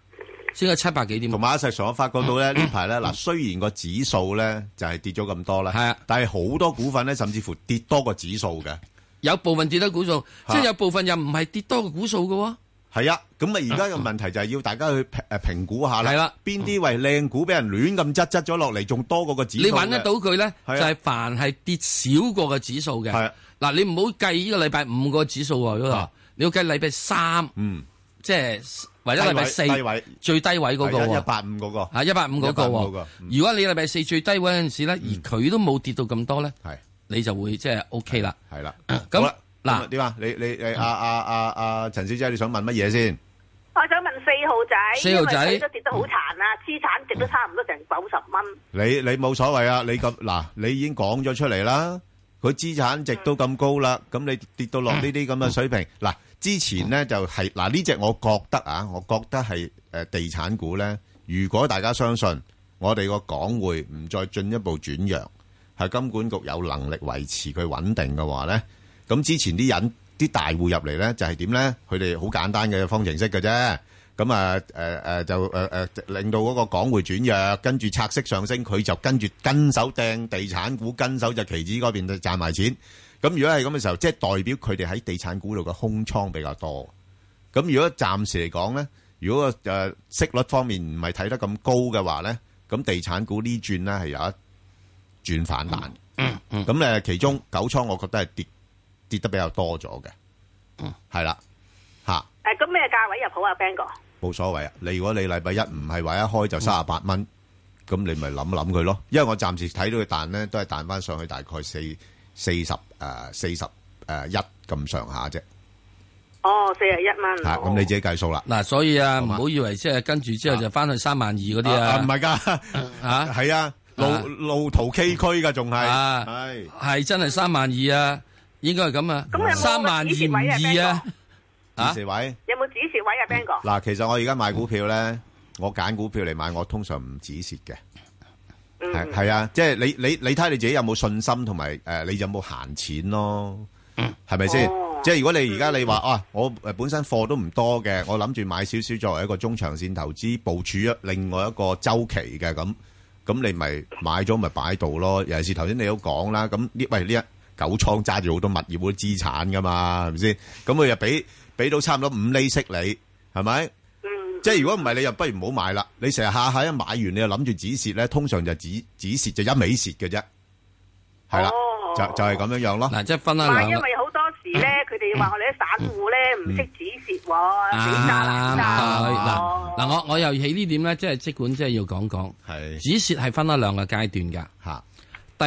升咗七百幾點。
同埋一實上，我發覺 到咧呢排咧嗱，雖然個指數咧就係跌咗咁多啦，係啊，但係好多股份咧甚至乎跌多個指數嘅，
有部分跌多股數，即係有部分又唔係跌多個股數㗎喎。
係啊，咁啊而家嘅問題就係要大家去評
啊
誒評估下啦，係啦，邊啲為靚股俾人亂咁質質咗落嚟，仲多過個指數
你
嘅
揾得到佢咧，就
係啊啊
係凡係跌少過個指數嘅。嗱，你唔好計呢個禮拜五個指數喎，嗰個你要計禮拜三，即係或者禮拜四
嗯低位
最低位嗰個
係
喎，
一八五嗰個
啊一百五嗰個
185嗰
喎
個。嗯
如果你禮拜四最低位嗰陣時咧，而佢都冇跌到咁多咧，你就會即係 OK 啦。
係啦，
咁嗯
嗱點啊？你你你阿阿阿阿陳小姐，你想問乜嘢先？
我想問四號仔，
四號仔
因為佢都跌得好殘
à.
啊，資產值都差唔多成九十蚊。
你你冇所謂啊！你 咁嗱，你已經講咗出嚟啦，佢資產值都咁高啦，咁你跌到落
嗯
呢啲咁嘅水平，嗱之前咧就係嗱呢只我覺得啊，我覺得係誒地產股咧，如果大家相信我哋個港匯唔再進一步轉弱，係金管局有能力維持佢穩定嘅話咧，咁之前啲人啲大户入嚟咧就係點咧？佢哋好簡單嘅方程式嘅啫。咁啊誒誒就誒誒令到嗰個港匯轉弱，跟住拆息上升，佢就跟住跟手掟地產股，跟手就期指嗰邊就賺埋錢。咁如果係咁嘅時候，即係代表佢哋喺地產股度嘅空倉比較多。咁如果暫時嚟講咧，如果個誒息率方面唔係睇得咁高嘅話咧，咁地產股呢轉咧係有一轉反彈。
嗯
咁誒、其中九倉我覺得係跌跌得比較多咗嘅，
嗯
係啦、吓。
誒，咁咩價位入
à,
好啊，Bang 哥？
冇所謂啊！你如果你禮拜一唔係話一開
嗯
就三十八蚊，咁你咪諗諗佢咯。因為我暫時睇到佢彈咧，都係彈翻上去大概四四十誒四十誒一咁上下啫。
哦，四
dạ,
十一蚊。
嚇，咁你自己計數啦。
嗱，所以啊，唔好以為即係跟住之後就翻去三萬二嗰啲
啊
啊，
唔係㗎，
嚇
係啊，路路途崎嶇㗎，仲係係
啊係真係三萬二啊，應該係咁啊，三萬二
指示
唔
位
à,
啊
二啊，
啊，四位。
Dạ,
有冇指示位啊，Bang 哥？
嗱，其實我而家買股票咧，我揀股票嚟買，我通常唔止蝕嘅。係係啊，即係你你你睇下你自己有冇信心，同埋誒你有冇閒錢咯，係咪先？即係如果你而家你話啊，我誒本身貨都唔多嘅，我諗住買少少作為一個中長線投資，部署一另外一個周期嘅咁，咁你咪買咗咪擺度咯。尤其是頭先你都講啦，咁呢喂呢一九倉揸住好多物業好多資產噶嘛，係咪先？咁佢又俾俾到差唔多五厘息你，係咪？即係如果唔係，你又不如唔好買啦。你成日下下一買完，你又諗住止蝕咧，通常就止止蝕就一味蝕嘅啫，係啦，就就係咁樣樣咯。
嗱，即係分
唔係，因為好多時咧，佢哋話我哋啲散戶咧唔識指示喎，
啱
死渣
啱啱
男渣
啊嗱嗱，我我又喺呢點咧，即係即管即係要講講，止蝕係分咗兩個階段噶
吓。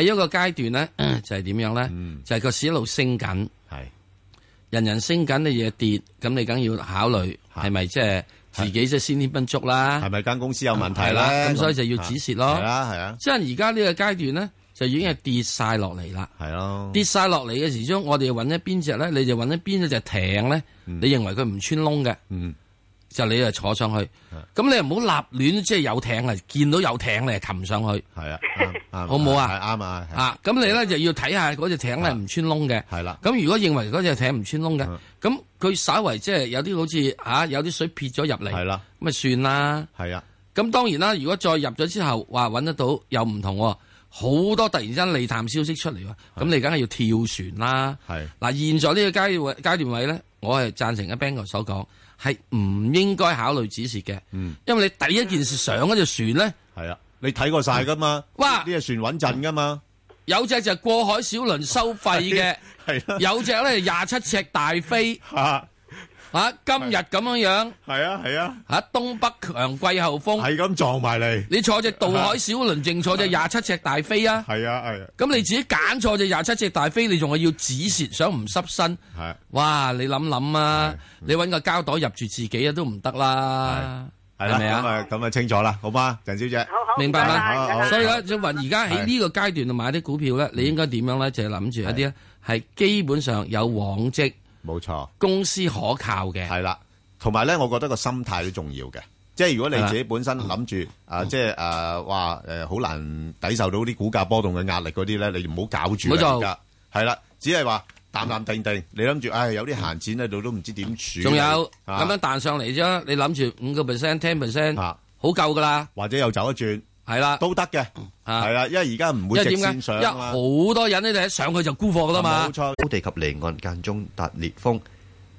第一個階段咧就係點樣咧？就係個市一路升緊，
系
人人升緊嘅嘢跌，咁你梗要考慮係咪即係自己即係先天不足啦？
係咪間公司有問題
係啦，
咧
咁所以就要止蝕咯。
係啦係啊
即係而家呢個階段咧，就已經係跌晒落嚟啦。
係咯，
跌晒落嚟嘅時鐘，我哋揾一邊只咧，你就揾一邊一隻艇咧，
嗯
你認為佢唔穿窿嘅，就你就坐上去。咁你唔好立亂，即係有艇啊，見到有艇你就擒上去。
係啊，
好唔好啊？
係啱啊，係
啊，咁你咧就要睇下嗰只艇咧唔穿窿嘅。
係啦。嗯
咁如果認為嗰只艇唔穿窿嘅，咁佢稍為即係有啲好似啊有啲水撇咗入嚟，
係啦，
咁咪算啦。
係啊。
咁當然啦，如果再入咗之後，話揾得到又唔同喎，好多突然之間利淡消息出嚟喎，咁你梗係要跳船啦。
係
嗱，現在呢個階位階段位咧，我係贊成阿 Bang 哥所講，係唔應該考慮止蝕嘅，因為你第一件事上嗰只船咧，
嗯係啊，你睇過晒噶嘛？
哇，
呢只船穩陣噶嘛？
有隻就過海小輪收費嘅，
係啦啊
有隻咧廿七尺大飛，
嚇
吓今日咁樣樣，
係啊係啊，
吓東北強季候風
係咁撞埋嚟，
你坐只渡海小輪，淨坐只廿七尺大飛啊！
係啊係啊，
咁你自己揀錯只廿七尺大飛，你仲係要止蝕，想唔濕身？
係
哇！你諗諗啊，你揾個膠袋入住自己啊，都唔得啦，
係啦，
咪
咁
啊？
啊咁啊清楚啦，好嘛，陳小姐，
明白
好好
啦，
好
所以咧，即係話而家喺呢個階段度買啲股票咧，你應該點樣咧？就係諗住一啲咧，係基本上有往績，
冇錯，
公司可靠嘅，
係啦，同埋咧，我覺得個心態都重要嘅。即係如果你
係啦
自己本身諗住啊，即係誒話誒好難抵受到啲股價波動嘅壓力嗰啲咧，你唔好搞住
唔好
啦。
做
而家係啦，只係話淡淡定定，你諗住唉有啲閒錢喺度都唔知點處理。
仲有
啊啊
咁樣彈上嚟啫，你諗住五個 percent、ten percent，好夠噶啦，
或者又走一轉，
係啦，嗯啊
都得嘅，係啦，因為而家唔會
因為
直
點解？
線上
因
啊
為
嘛
好多人呢，就一上去就沽貨噶啦嘛。
高地及離岸間中達烈風。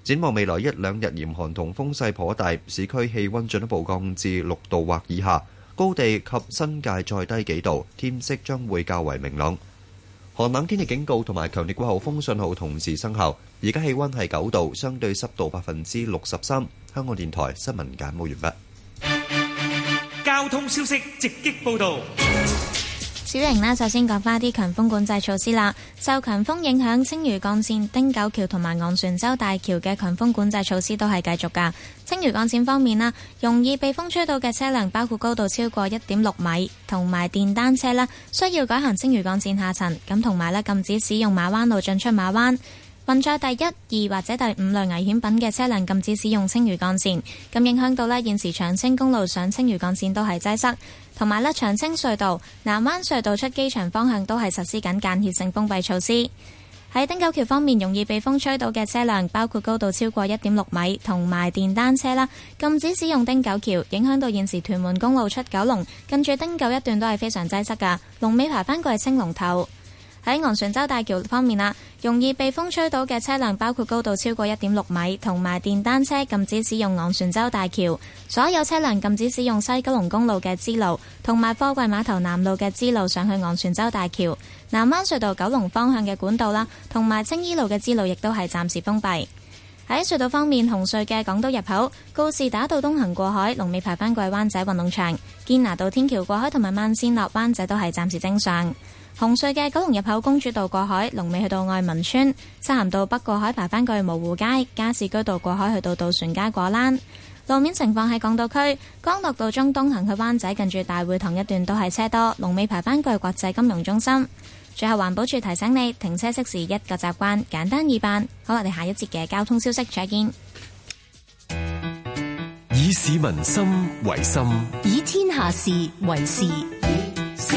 展望未來一兩日嚴寒同風勢頗大，市區氣温進一步降至六度或以下，高地及新界再低幾度，天色將會較為明朗。寒冷天氣警告同埋強烈季候風信號同時生效。而家氣温係九度，相對濕度百分之六十三。香港電台新聞簡報完畢。
交通消息直擊報道。
小瑩呢，首先講翻啲強風管制措施啦。受強風影響，青嶼幹線、汀九橋同埋昂船洲大橋嘅強風管制措施都係繼續㗎。青嶼幹線方面啦，容易被風吹到嘅車輛包括高度超過一點六米同埋電單車啦，需要改行青嶼幹線下層，咁同埋呢禁止使用馬灣路進出馬灣。運載第一、二或者第五類危險品嘅車輛禁止使用青嶼幹線，咁影響到呢現時長青公路上青嶼幹線都係擠塞，同埋呢長青隧道、南灣隧道出機場方向都係實施緊間歇性封閉措施。喺汀九橋方面，容易被風吹到嘅車輛包括高度超過一點六米同埋電單車啦，禁止使用汀九橋，影響到現時屯門公路出九龍，近住汀九一段都係非常擠塞㗎，龍尾排返過去青龍頭。喺昂船洲大橋方面啦，容易被風吹倒嘅車輛包括高度超過一點六米，同埋電單車禁止使用昂船洲大橋。所有車輛禁止使用西九龍公路嘅支路，同埋貨櫃碼頭南路嘅支路上去昂船洲大橋。南灣隧道九龍方向嘅管道啦，同埋青衣路嘅支路亦都係暫時封閉。喺隧道方面，紅隧嘅港島入口告士打道東行過海，龍尾排返過去灣仔運動場；堅拿道天橋過海同埋慢線落灣仔都係暫時正常。紅隧嘅九龍入口公主道過海，龍尾去到愛民村；漆咸道北過海排返過去蕪湖街；加士居道過海去到渡船街果欄。路面情況喺港島區，江樂道中東行去灣仔近住大會堂一段都係車多，龍尾排返過去國際金融中心。最後環保署提醒你，停車熄匙一個習慣，簡單易辦。好，我哋下一節嘅交通消息再見。
以市民心為心，
以天下事為事，以
市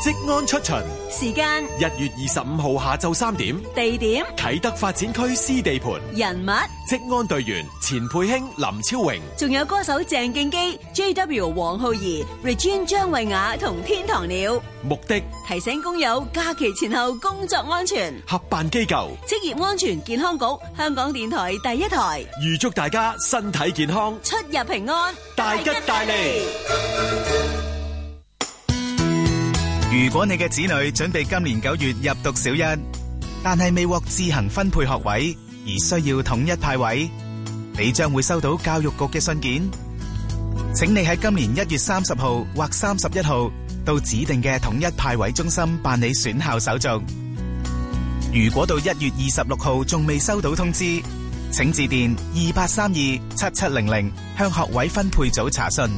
職安出巡，
時間、
一月二十五號下晝三點，
地點、
啟德發展區 C 地盤，
人物，
職安隊員錢佩興、林超榮。
仲有歌手鄭敬基、J.W. 黃浩儀、Regine 張惠雅同天堂鳥。
目的
提醒工友假期前後工作安全。
合辦機構
職業安全健康局、香港電台第一台，
預祝大家身體健康，
出入平安，
大吉大利。
如果你嘅子女準備今年九月入讀小一，但係未獲自行分配學位，而需要統一派位，你將會收到教育局嘅信件，請你喺今年一月三十號或三十一號到指定嘅統一派位中心辦理選校手續。如果到一月二十六號仲未收到通知，請致電二八三二七七零零向學位分配組查詢。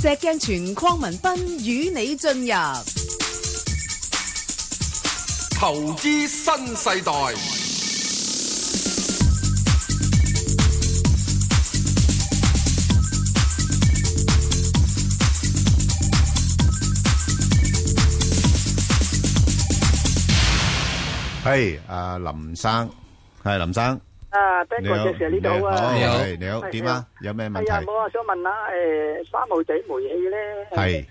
石鏡泉邝文斌與你進入
投資新世代，
係啊林生，係林生，
啊，Ben
你
哥
好，
嘅時候呢度啊，
你好，係你好，點啊？有咩問
係啊，
題？
我啊想問下，誒，三號仔煤氣咧，
係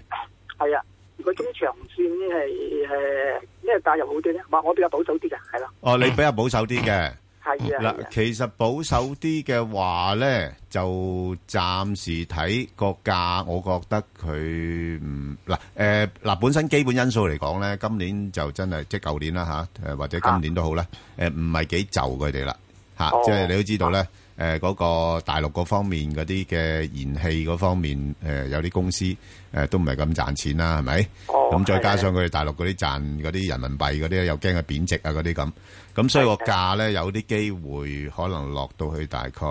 係啊，個中長線係誒咩價入好啲咧？話我比較保守啲嘅，係啦，
哦，你比較保守啲嘅。
係啊，係
嗯嗱，
啊
其實保守啲嘅話咧，就暫時睇個價，我覺得佢唔嗱誒嗱本身基本因素嚟講咧，今年就真係即係舊年啦吓，誒或者
啊
今年都好啦，誒唔係幾就佢哋啦吓，
哦
即係你都知道咧。誒嗰、個大陸嗰方面嗰啲嘅燃氣嗰方面，誒、有啲公司誒、都唔係咁賺錢啦，係咪？咁、再加上佢哋大陸嗰啲賺嗰啲人民幣嗰啲，又驚佢貶值啊嗰啲咁，咁所以個價咧有啲機會可能落到去大概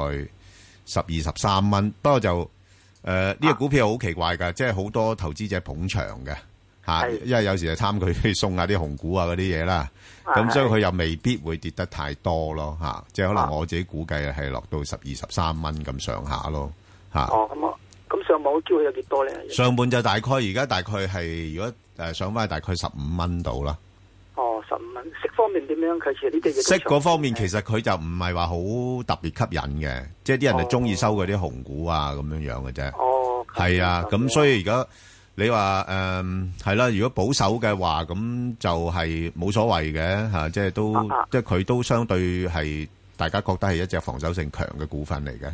十二十三蚊，不過呃就誒呢、個股票好奇怪㗎，即係好多投資者捧場嘅。嚇，因為有時就貪佢送下啲紅股啊嗰啲嘢啦，咁
係
所以佢又未必會跌得太多咯嚇，即係可能我自己估計係落到十二十三蚊咁上下咯嚇。
咁啊，咁上網機會有幾多咧？
上半就大概而家大概係如果誒上翻大概十五蚊度啦。
哦，十五蚊，息方面點樣？佢其實呢啲嘢都
息嗰方面其實佢就唔係話好特別吸引嘅，即係啲人就中意收嗰啲紅股啊咁樣樣嘅啫。
哦，
係啊，咁所以而家你話誒係啦，如果保守嘅話，咁就係冇所謂嘅嚇，即係都即係佢都相對係大家覺得係一隻防守性強嘅股份嚟嘅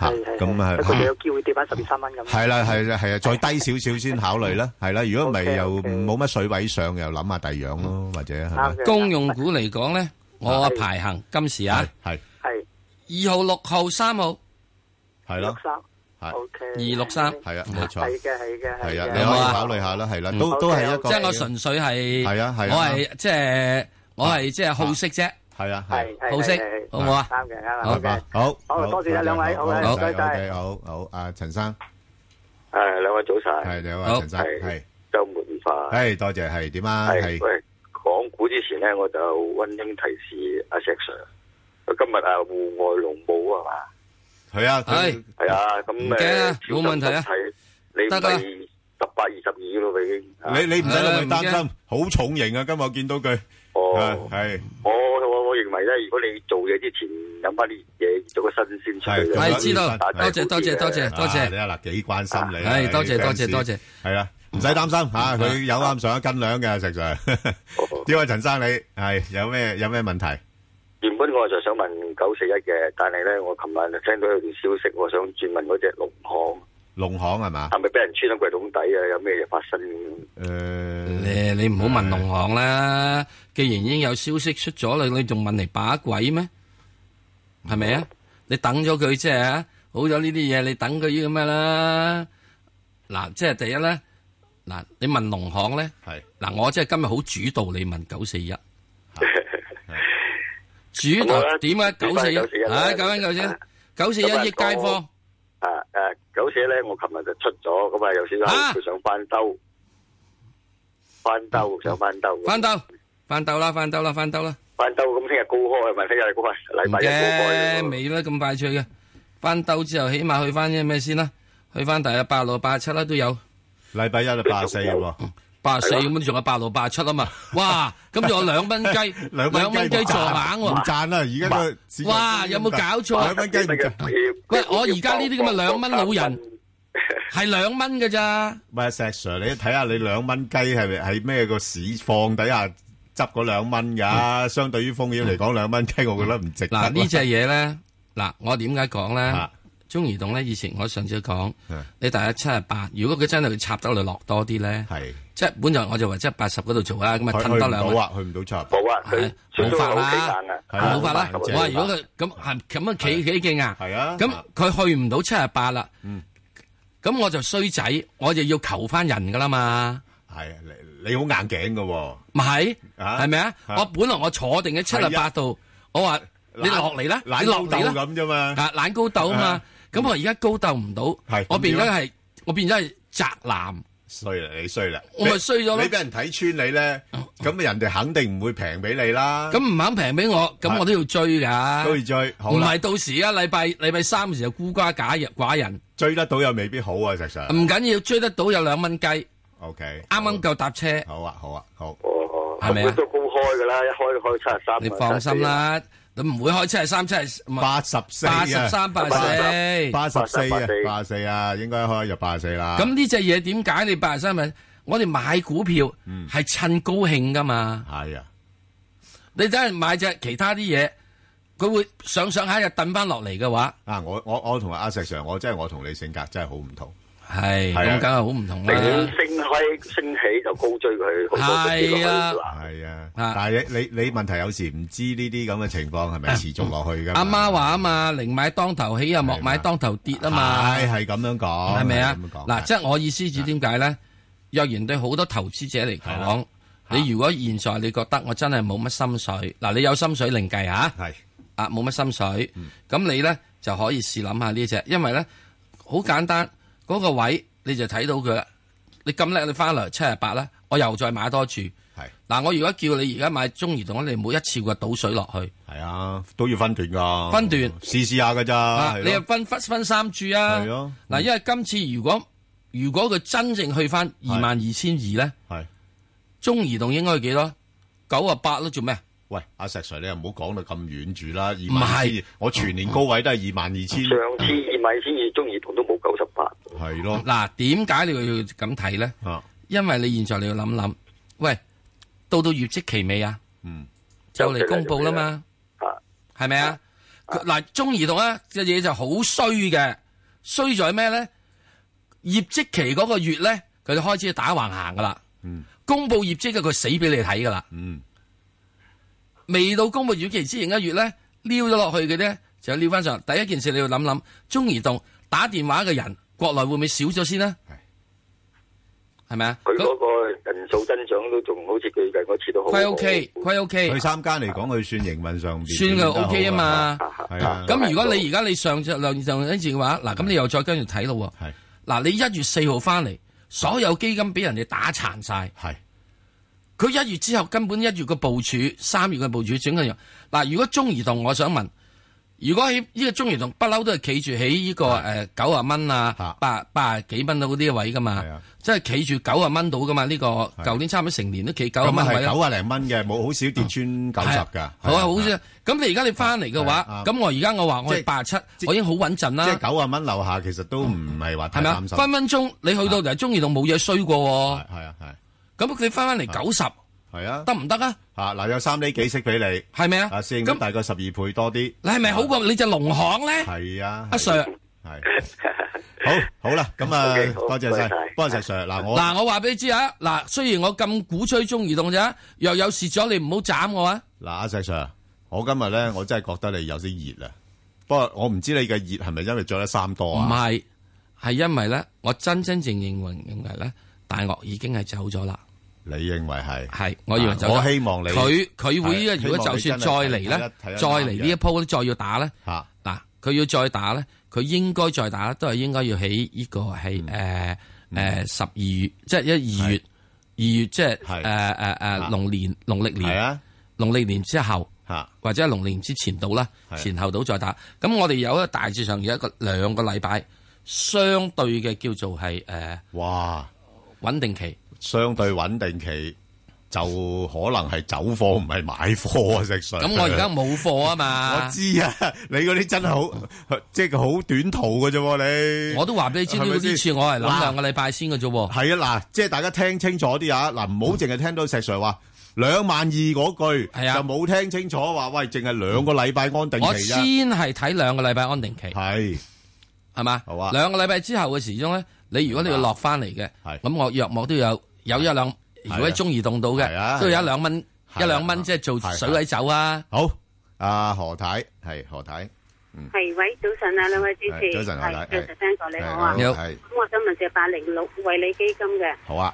嚇，咁啊
不過有機會跌翻十二三蚊咁。
係啦，係啦，係啊，再低少少先考慮啦，係啦。如果唔係又冇乜水位上，又諗下第二樣咯，或者係咪
公用股嚟講咧，我排行今時啊，
係
系二號、六號、三號，
系咯，
係 O K，
二六三，嗯
系啊，冇錯，
係嘅，係嘅，
係啊，
嘅
你可以考慮下啦，係啦，都都係一個
即係我純粹係，
係啊係啊
我係即係我係即係好色啫，
係啊
係係
好色
係係係
好唔好啊？
啱嘅啱嘅
好
啱嘅
好，
好多謝啊兩位好啊
好
唔該晒
OK，好好，阿陳生，
诶，两位早晨，
係你好啊，陳生，係，
周末愉快。
係多謝，係點啊？
係
係
喂，講股之前咧，我就温馨提示阿石 Sir，佢今日啊户外農務啊嘛。
係啊，
係係啊，咁
唔驚啊
誒
冇問題
小
啊
心身體你
得啊㗎
咪十八二十二咯，已經。啊
你你唔使
唉
咁
唔
擔
驚
心，好重型啊！今日我見到佢，
哦，
係
我我我認為咧，如果你做嘢之前飲翻啲嘢，做個新鮮出嚟，
係知道
打
多謝多謝多謝多謝
啊你啊嗱，幾關心你啊，
係
你
多謝
fans
多謝多謝，
係啦，唔使擔心嚇，佢有啱上一斤兩嘅石 Sir。呢 位陳生你係有咩有咩問題？
原本我就想問九四一嘅，但係咧，我琴晚就聽到有段消息，我想轉問嗰只農行
農行係嘛？
係咪俾人穿咗櫃桶底啊？有咩嘢發生？
誒，你唔好問農行啦，既然已經有消息出咗啦，你仲問嚟把鬼咩？係咪啊？你等咗佢即係啊好咗呢啲嘢，你等佢要咩啦？嗱，即係第一咧，嗱，你問農行咧，
係
嗱，我即係今日好主導你問九四一，主
好
導
啦
點啊？九四一，
941
唉，九蚊九先，九四一
咁啊
億街
講
坊。
啊誒，九四一咧，我琴日就出咗，咁啊有少少佢想翻兜，翻兜想翻兜，
嗯翻兜，翻兜啦，翻兜啦，翻兜啦，
翻兜，咁聽日高開，咪聽日高開，啊禮
唔
拜一高
驚，未啦咁快脆嘅。翻兜之後，起碼去翻啲咩先啦？去翻大約八六、八七啦，都有
禮拜一就八四 喎，，
八四咁，仲有八六、八七啊嘛。哇，咁仲有兩蚊雞
兩蚊雞
蚊雞
唔賺
撞硬
唔
喎，
賺啦而家個市場
哇，有冇搞錯？
兩蚊雞唔賺
喂，我而家呢啲咁嘅兩蚊老人係兩蚊嘅咋？
唔係石 Sir，你睇下你兩蚊雞係咪係咩個市況底下執嗰兩蚊㗎？相對於風險嚟講，兩蚊雞我覺得唔值得啦。啊
嗱呢只嘢咧，嗱我點解講咧？中移動咧，以前我上次講，你大約七十八，如果佢真係插得落落多啲咧，即係本來我就話即係八十嗰度做啊，咁啊
佢
吞多兩
去
位
唔到啊，去唔到七
冇啊，佢
冇法啦
好幾硬啊，係啊
冇法啦。
好
我
硬
話如果佢咁係咁樣企企勁啊，
係啊
咁佢去唔到七十八啦，咁我就衰仔，我就要求翻人噶啦嘛。
係啊，你你好硬頸嘅喎，
唔係
啊
係咪啊？
啊
我本來我坐定喺七十
係
八
啊
度，我話你落嚟啦，
懶
你落嚟啦
懶高竇咁啫嘛
啊懶高竇啊嘛
啊。
咁我而家高竇唔到，我變咗係我變咗係宅男。
衰啦，你衰啦，
我咪衰咗咯
你俾人睇穿你咧，咁人哋肯定唔會平俾你啦。
咁唔肯平俾我，咁我都要追噶，
都要追好
唔
啦
係到時啊，禮拜禮拜三嘅時候孤家寡人寡人，
追得到又未必好啊，石 Sir。
唔緊要，追得到有兩蚊雞，啱
OK，
啱夠搭車，
好啊，好啊，好。
係咪啊
佢？都高開噶啦，一開開七十啊三，
你放心啦，你唔會開七十三、七十
八十四啊
八十三、八十四、
八十四啊，八十四啊，應該開入八十四啦。
咁呢只嘢點解你八十三咪？我哋買股票係趁高興噶嘛。
系啊，
你等人買只其他啲嘢，佢會上上下日掟翻落嚟嘅話，
啊，我我我同阿石 Sir，我真係我同你性格真係好唔同。啊
系咁梗係好唔同
寧願
啦。
升起升起就高追佢，好多跌落去
係
嗱
啊，
系啊，但係你你你问题有時唔知呢啲咁嘅情況
啊
係咪持續落去㗎嘛？
阿媽話啊嘛，寧買當頭起啊，莫買當頭跌啊嘛。
係係咁樣講，
係咪啊
係咁樣講？
嗱，即係我意思指點解咧？若然對好多投資者嚟講，你如果現在你覺得我真係冇乜心水，嗱，你有心水另計嚇，
係
啊，冇乜心水，咁你咧就可以試諗下呢只，因為咧好簡單，嗰個位你就睇到佢啦。你咁叻，你翻嚟七十八啦，我又再買多注。嗱，我如果叫你而家買中移動，你唔好一次過倒水落去。
係啊，都要分段㗎，
分段
試試下㗎咋
啊，
係咯
你又分分分三注啊。
係啊
嗱，因為今次如果如果佢真正去翻二萬二千二咧，
係
中移動應該係幾多？九啊八咯，做咩？
喂，阿石 Sir，你又唔好講到咁遠住啦，二
唔
萬
係
二，我全年高位都係二萬二千。
上次二萬千二中移動都冇九十八，
係咯。啊
嗱，點解你要咁睇咧？因為你現在你要諗諗，喂，到到業績期未啊？
嗯，
就嚟公佈啦嘛，係咪啊？嗱，中移動啊，嘅嘢就好衰嘅，衰在咩咧？業績期嗰個月咧，佢就開始打橫行噶啦。
嗯，
公佈業績嘅佢死俾你睇噶啦。
嗯，
未到公佈業績期之前一月咧，撩咗落去嘅咧，就撩翻上。第一件事你要諗諗，中移動打電話嘅人，國內會唔會少咗先呢？係咪啊？
佢嗰個人數增長都仲好似最近嗰次都好。
佢 OK，佢 OK。
佢三間嚟講，佢算營運上邊
算佢 OK 啊嘛
係啊。
咁如果你而家你上著量上一次嘅話，嗱咁你又再跟住睇咯喎。嗱，你一月四號翻嚟，所有基金俾人哋打殘晒。
係。
佢一月之後根本一月嘅部署，三月嘅部署整嘅樣。嗱，如果中移動，我想問，如果喺呢個中移動不嬲都係企住喺呢個誒九啊蚊啊，八八啊幾蚊到嗰啲位噶嘛，即係企住九啊蚊到噶嘛？呢個舊年差唔多成年都企九啊蚊位
咁係
啦
九啊零蚊嘅，冇好少跌穿九十㗎。
好啊，好啫。咁你而家你翻嚟嘅
啊
話，咁我而家我話我係八七，我已經好穩陣啦。
即係九啊蚊樓下，其實都唔係話
係
太
咪啊
擔？心。啊
分分鐘你去到就係中意到冇嘢衰過喎。
係啊係。
咁佢翻翻嚟九十，
係啊，
得唔得啊？
嚇嗱，有三厘幾息俾你，
係咪啊？
啊，市盈率大概十二倍多啲。
你係咪好過你隻農行咧？
係啊，
阿 Sir，
好好啦，咁啊，多謝
多謝晒，
晒多謝 Sir。嗱，我
嗱，我話俾你知啊，嗱，雖然我咁鼓吹中移動咋，若有事咗你唔好斬我啊！
嗱，阿石 Sir，我今日咧，我真係覺得你有啲熱啊。不過我唔知你嘅熱係咪因為着得衫多
唔
啊？
係，係因為咧，我真真正認為認為咧，大鱷已經係走咗啦。
你認為係？啊
係，我認為走咗
我希望你
佢佢會呢
係
個，如果就
希望
算再
你真係
嚟
睇得
咧，
睇得
再
啱
嚟呢一
嘅
鋪咧，再要打咧，
嚇
嗱，佢要再打咧，佢應該再打都係應該要喺呢個係
嗯
誒誒十二月，即係一二月，二月即係誒誒誒龍年農曆
係
年
啊，
農曆年之後
嚇，
或者係農曆年之前到啦，前後到再打。咁我哋有一個大致上有一個兩個禮拜相對嘅叫做係誒，
哇，
穩定期，
相對穩定期就可能係走貨唔係買貨啊，石 Sir。
咁我而家冇貨啊嘛，
我知啊，你嗰啲真係好，即係好短途嘅啫喎，你。
我都話俾你知呢
係咪先
呢次我係諗
嗱
兩個禮拜先嘅啫喎。
系啊，嗱，即係大家聽清楚啲啊，嗱，唔好淨係聽到石 Sir 話兩萬二嗰句，就冇聽清楚話，喂，淨係兩個禮拜安定
我
期
先
啊，
係睇兩個禮拜安定期，
係
係嘛？
好啊
兩個禮拜之後嘅時鐘咧，你如果你要落翻嚟嘅，咁我約莫都有有一
啊
兩，如果喺中移動到嘅，都有一兩蚊一兩蚊，即係做水位走啊。
好，阿何太係何太，嗯，
系喂，早晨啊，兩位主持，
係早晨
係
阿麗
早晨 Ben 哥你好啊，
係你好係
咁我想問只八零六惠理基金嘅，
好啊，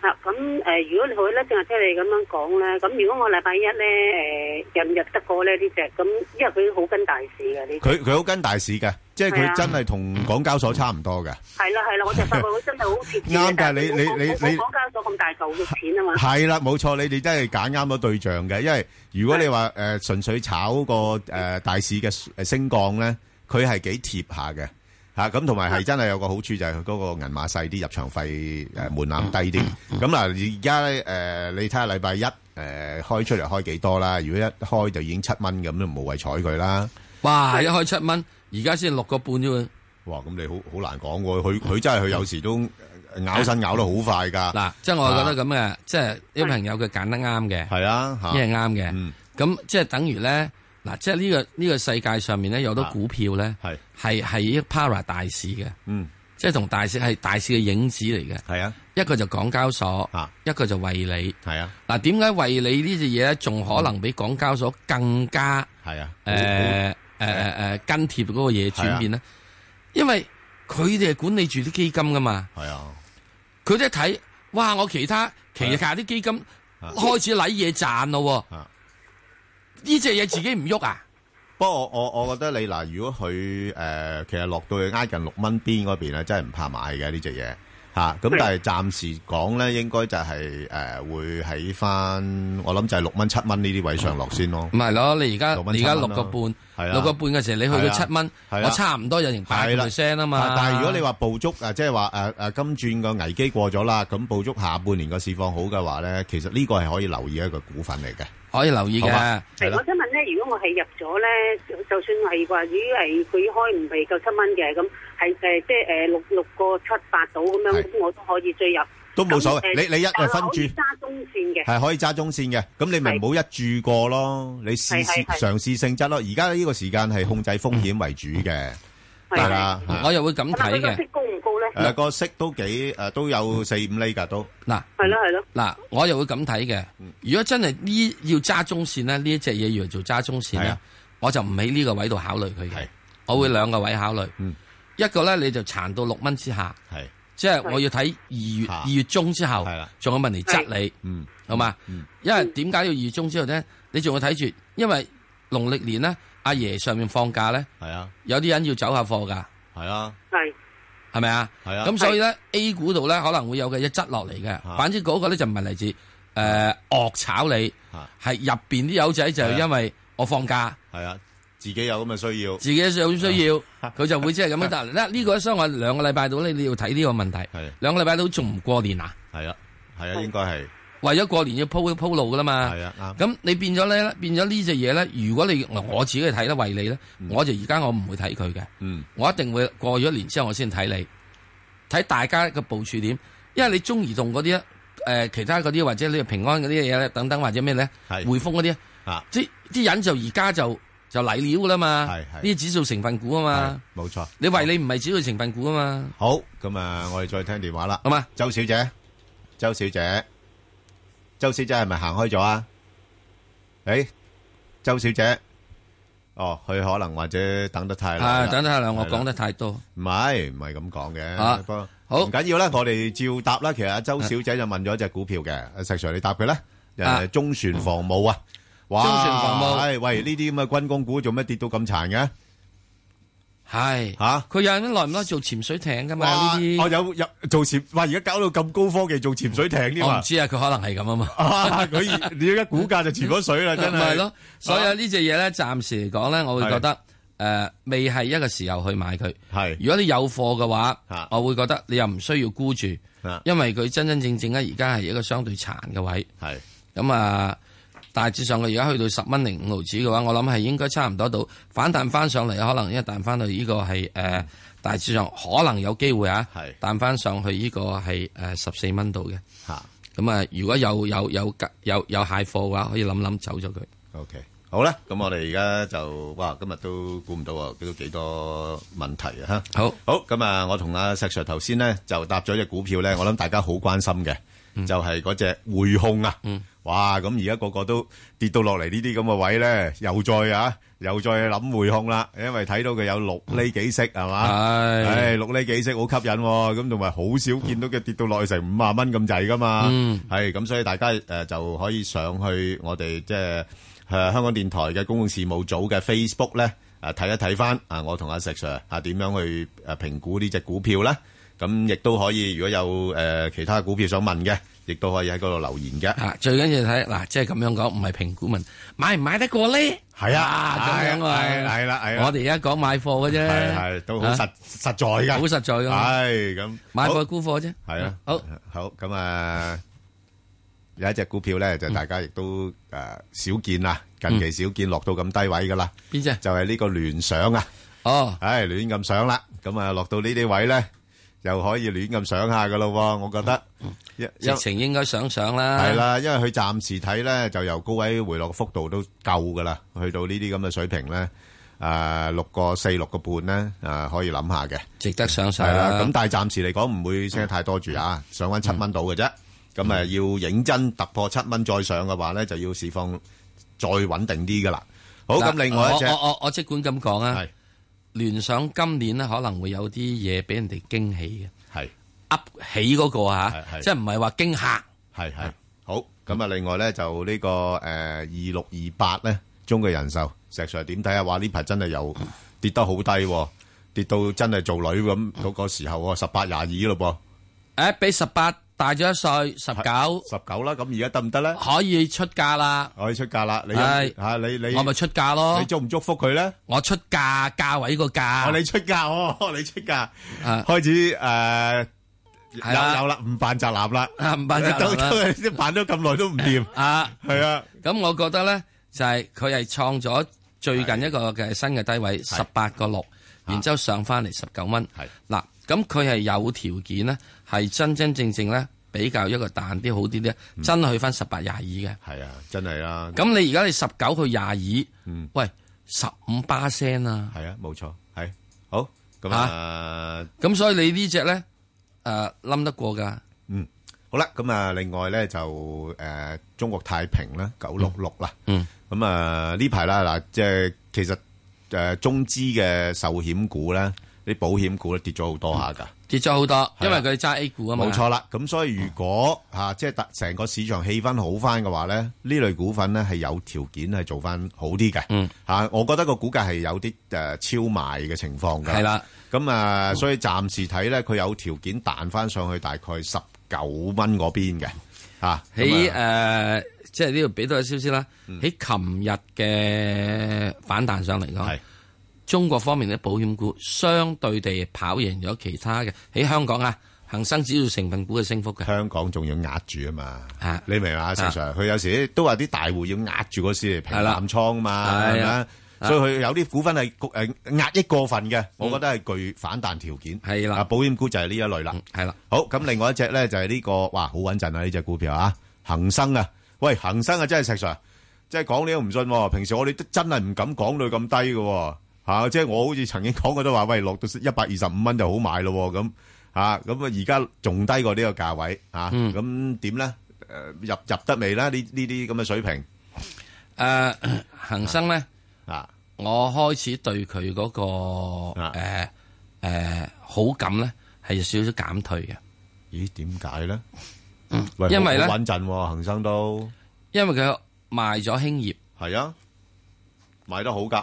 啊，咁誒、呃如果你好咧，淨係聽你咁樣講咧，咁如果我禮拜一咧，誒、入唔入得過咧呢只？咁因為佢好跟大市嘅呢隻，
佢佢好跟大市嘅，即係
係啊
佢真係同港交所差唔多嘅，
係啦係啦，我就發覺佢真係好貼住
啱㗎
但係
你你
我
你
我
你
我港交所咁大嚿嘅錢啊嘛，
係啦，冇錯，你哋真係揀啱咗對象嘅，因為如果你話诶纯粹炒個诶大市嘅诶升降咧，佢係幾貼下嘅。吓咁同埋係真係有個好處就係佢嗰個銀碼細啲，入場費誒門檻低啲。咁嗱，而家咧誒，你睇下禮拜一誒開出嚟開幾多啦？如果一開就已經七蚊咁，都冇謂睬佢啦。
哇！一開七蚊，而家先六個半啫喎。
哇！咁你好好難講喎，佢佢真係佢有時都咬身咬得好快㗎。
嗱，即係我覺得咁嘅，即係啲朋友佢揀得啱嘅，
啊係啊嚇
一係啱嘅。咁即係等於咧，嗱，即係呢個呢個世界上面咧有好
啊
多股票咧，係係係一 para 大市嘅，
嗯，
即係同大市係大市嘅影子嚟嘅。
係啊，
一個就港交所，一個就惠理，
係啊。
嗱，點解惠理呢隻嘢咧，仲可能比港交所更加
係啊
誒誒誒誒跟貼嗰個嘢轉變咧？因為佢哋係管理住啲基金噶嘛。
係啊。
佢哋一睇，哇！我其他旗下啲基金
啊
開始舐嘢賺咯喎，呢只嘢自己唔喐啊？
不過我我我覺得你嗱，如果佢誒、呃其實落到去挨近六蚊邊嗰邊咧，真係唔怕買嘅呢只嘢嚇。咁、但係暫時講咧，應該就係、誒、會喺翻，我諗就係六蚊七蚊呢啲位上落先咯。
唔係咯，你而家
六蚊
而家
七
六
蚊啦
個半，
係啊
六個半嘅時候，你去到
係啊
七蚊，
係啊
我差唔多有成八
係啦
percent 啊嘛
但。但係如果你話捕捉啊，即係話誒誒金轉個危機過咗啦，咁捕捉下半年個市況好嘅話咧，其實呢個係可以留意一個股份嚟嘅，
可以留意
好嘛
係
係啦
我想問咧，如果我係入咗咧，就就算係話，如果係佢開唔係夠七蚊嘅，咁係誒即係誒六六個七八到咁樣，咁我都可以追入。
都冇
咁
所謂
誒呃
你你一係
但係
分
可以
注
揸中線嘅。
係可以揸中線嘅。咁你咪唔好一注過咯，你試試
係係係
嘗試性質咯。而家呢個時間係控制風險為主嘅，係啦。
我又會咁睇
咁啊佢個息
嘅，
高唔高咧？
誒個息都幾誒都有四五厘㗎都。
嗱
係咯係咯。
嗱，我又會咁睇嘅。
嗯
如果真係呢要揸中線咧，呢一隻嘢要嚟做揸中線
係
咧
啊，
我就唔喺呢個位度考慮佢嘅。我會兩個位考慮，一個咧你就殘到六蚊之下，
嗯係
即係我要睇二月二月中之後，仲有問題質你，
嗯，
好嘛？因為點解要二月中之後咧？你仲要睇住，因為農曆年咧，阿爺上面放假咧，
係啊，
有啲人要走下貨㗎，
係啊，
係
係咪啊？
係啊
咁所以咧 A 股度咧可能會有嘅一質落嚟嘅，反之嗰個咧就唔係嚟
啊
自誒惡炒你，係入邊啲友仔就
係啊
因為我放假。
係啊，自己有咁嘅需要，啊
自己有需要，佢就會即係 咁樣。但係咧呢個所以我兩個禮拜到咧，你要睇呢個問題。兩個禮拜到仲唔過年啊？
係啊，係啊，應該係
為咗過年要鋪鋪路噶啦嘛。
係啊，
咁你變咗咧，變咗呢只嘢咧。如果你我自己去睇得為你咧，我就而家我唔會睇佢嘅。
嗯，
我一定會過咗年之後我先睇你，睇大家嘅部署點。因為你中移動嗰啲咧，誒、其他嗰啲或者你平安嗰啲嘢咧，等等或者咩咧，匯豐嗰啲
啊，
即啲人就而家就就嚟料噶啦嘛，
係
呢啲指數成分股啊嘛，
冇錯。
你為你唔係指數成分股啊嘛，
好，咁啊，我哋再聽電話啦。
好嘛，
周小姐，周小姐，周小姐係咪行開咗啊？诶，周小姐，哦，佢可能或者等得太耐啦
啊，等等下啦，我
係啦
講得太多，
唔係唔係咁講嘅
啊，
不過
好
唔緊要啦，我哋照答啦。其實阿周小姐就問咗一隻股票嘅，阿石 Sir 你答佢啦。
啊
誒，中船防務啊，哇，
中船防務
係喂呢啲咁嘅軍工股做咩跌到咁殘嘅？
係
吓，
佢有人耐唔耐做潛水艇噶嘛呢
哇
啲，
我有有做潛，哇！而家搞到咁高科技做潛水艇添
我
啊
唔！知啊，佢可能係咁啊嘛。
啊！佢而你而家股價就潛咗水啦，真
啊咪
係啊
係咯，所以呢隻嘢咧，暫時嚟講咧，我會覺得誒未係一個時候去買佢。
係，
如果你有貨嘅話，我會覺得你又唔需要沽住，因為佢真真正正咧而家係一個相對殘嘅位。
係
咁啊，大致上佢而家去到十蚊零五毫子嘅話，我諗係應該差唔多到反彈翻上嚟，可能一彈翻到呢個係誒大致上可能有機會啊，彈翻上去呢個係誒十四蚊度嘅。
嚇，
咁啊，如果有有有有有蟹貨嘅話，可以諗諗走咗佢。
OK，好啦，咁我哋而家就哇，今日都估唔到啊，都幾多問題啊
吓。好，
好咁啊，我同阿石 Sir 頭先咧就搭咗只股票咧，我諗大家好關心嘅，就係嗰只匯控啊。哇！咁而家個個都跌到落嚟呢啲咁嘅位咧，又再啊，又再諗匯控啦，因為睇到佢有六厘幾息係嘛，
係
唉六厘幾息好吸引喎，咁同埋好少見到佢跌到落去成五萬蚊咁滯噶嘛，
嗯
係咁，所以大家誒就可以上去我哋即係誒香港電台嘅公共事務組嘅 Facebook 咧誒睇一睇翻啊，我同阿石 Sir 啊點樣去誒評估呢只股票啦。咁亦都可以，如果有誒其他股票想問嘅，亦都可以喺嗰度留言嘅。
啊，最緊要睇嗱，即係咁樣講，唔係評估問買唔買得過咧？
係啊
咁樣啊，
係係啦係啦
我哋而家講買貨嘅啫，
係係都好實
啊
實在㗎，
好實在㗎
係咁
買
好
貨沽貨啫，
係啊，
好
好咁啊，有一隻股票咧，就大家亦都誒少見啦，近期少見落到咁低位噶啦。
邊只？
就係呢個聯想啊。
哦，
唉，亂咁想啦，咁啊落到呢啲位咧，又可以亂咁想下噶咯喎，我覺得。因
直情應該想想啦。
系啦，因為佢暫時睇咧，就由高位回落嘅幅度都夠噶啦，去到呢啲咁嘅水平咧，诶六個四六個半咧，诶、可以諗下嘅，
值得上上
係啦。咁但係暫時嚟講唔會升得太多住啊，上翻七蚊到嘅啫。咁誒要認真突破七蚊再上嘅話咧，就要市況再穩定啲噶啦。好，咁
嗱
另外一隻
我我我我即管咁講啊，聯想今年咧可能會有啲嘢俾人哋驚喜
嘅，系
噏起嗰個吓
係，
即係唔係話驚嚇，
係係好。咁啊，另外咧就呢、個誒二六二八咧，中國人壽石 Sir 點睇啊？話呢排真係又跌得好低、喎，跌到真係做女咁嗰個時候喎，十八廿二咯
誒，比十八大咗一歲，十九，
十九啦，咁而家得唔得咧？
可以出價啦，
噃，可以出價啦。你
係
嚇你你
我咪出價咯。
你祝唔祝福佢咧？
我出價，價位個價。
哦你出價，哦， 你出價，開始誒。有
啦
有啦，唔扮宅男啦，
唔扮宅男啦
都都扮咗咁耐都唔掂
啊，
系啊。
咁我覺得咧就係佢係創咗最近一個嘅新嘅低位十八個六，
啊
然之後上翻嚟十九蚊。嗱，咁佢係有條件咧，係真真正正咧比較一個彈啲好啲咧，真係去翻十八廿二嘅。
嗯係啊，真係啦。
咁你而家你十九去廿二，喂十五巴聲啊！
係啊，冇錯，係好咁啊。
咁所以你呢只咧誒冧得過㗎。
嗯，好啦，咁啊，另外咧就誒中國太平啦，九六六啦，
嗯，
咁啊呢排啦嗱，即係其實誒中資嘅壽險股咧，啲保險股咧跌咗好多下㗎。
跌咗好多，因為佢揸 A 股啊嘛。
冇錯啦，咁所以如果嚇即係特成個市場氣氛好翻嘅話咧，呢類股份咧係有條件係做翻好啲嘅。
嗯，
嚇，我覺得個股價係有啲誒超賣嘅情況㗎。
係啦，
咁啊，所以暫時睇咧，佢有條件彈翻上去大概十九蚊嗰邊嘅啊嚇。
喺誒、呃即係呢度俾多少消息啦。
嗯
喺琴日嘅反彈上嚟講，中國方面嘅保險股相對地跑贏咗其他嘅。喺香港啊，恒生指數成分股嘅升幅嘅。
香港仲要壓住啊嘛，你明嘛，石
啊
Sir？佢有時都話啲大户要壓住嗰時嚟平
係啦
淡倉嘛，
係
係咪
啊
啊？
啊嗯
所以佢有啲股份係誒壓抑過分嘅，我覺得係具反彈條件。
係啦嗯
啊，保險股就係呢一類啦。
係啦，
好咁，另外一隻咧就係呢個，哇，好穩陣啊！呢只股票啊，恒生啊，喂，恒生啊，真係石 Sir，即係講你都唔信喎。平時我哋都真係唔敢講到咁低嘅喎，嚇即係我好似曾經講過都話，喂，落到一百二十五蚊就好買咯喎咁。吓咁啊，而家仲低過呢個價位吓，
嗯
咁點咧？诶，入入得未咧？呢呢啲咁嘅水平，
誒呃恒生咧
啊，
我開始對佢嗰、個誒誒好感咧係有少少減退嘅。嗯
咦？點解咧？喂
因為咧
好穩陣喎，恒生都
因為佢賣咗興業，
係啊，賣得好㗎，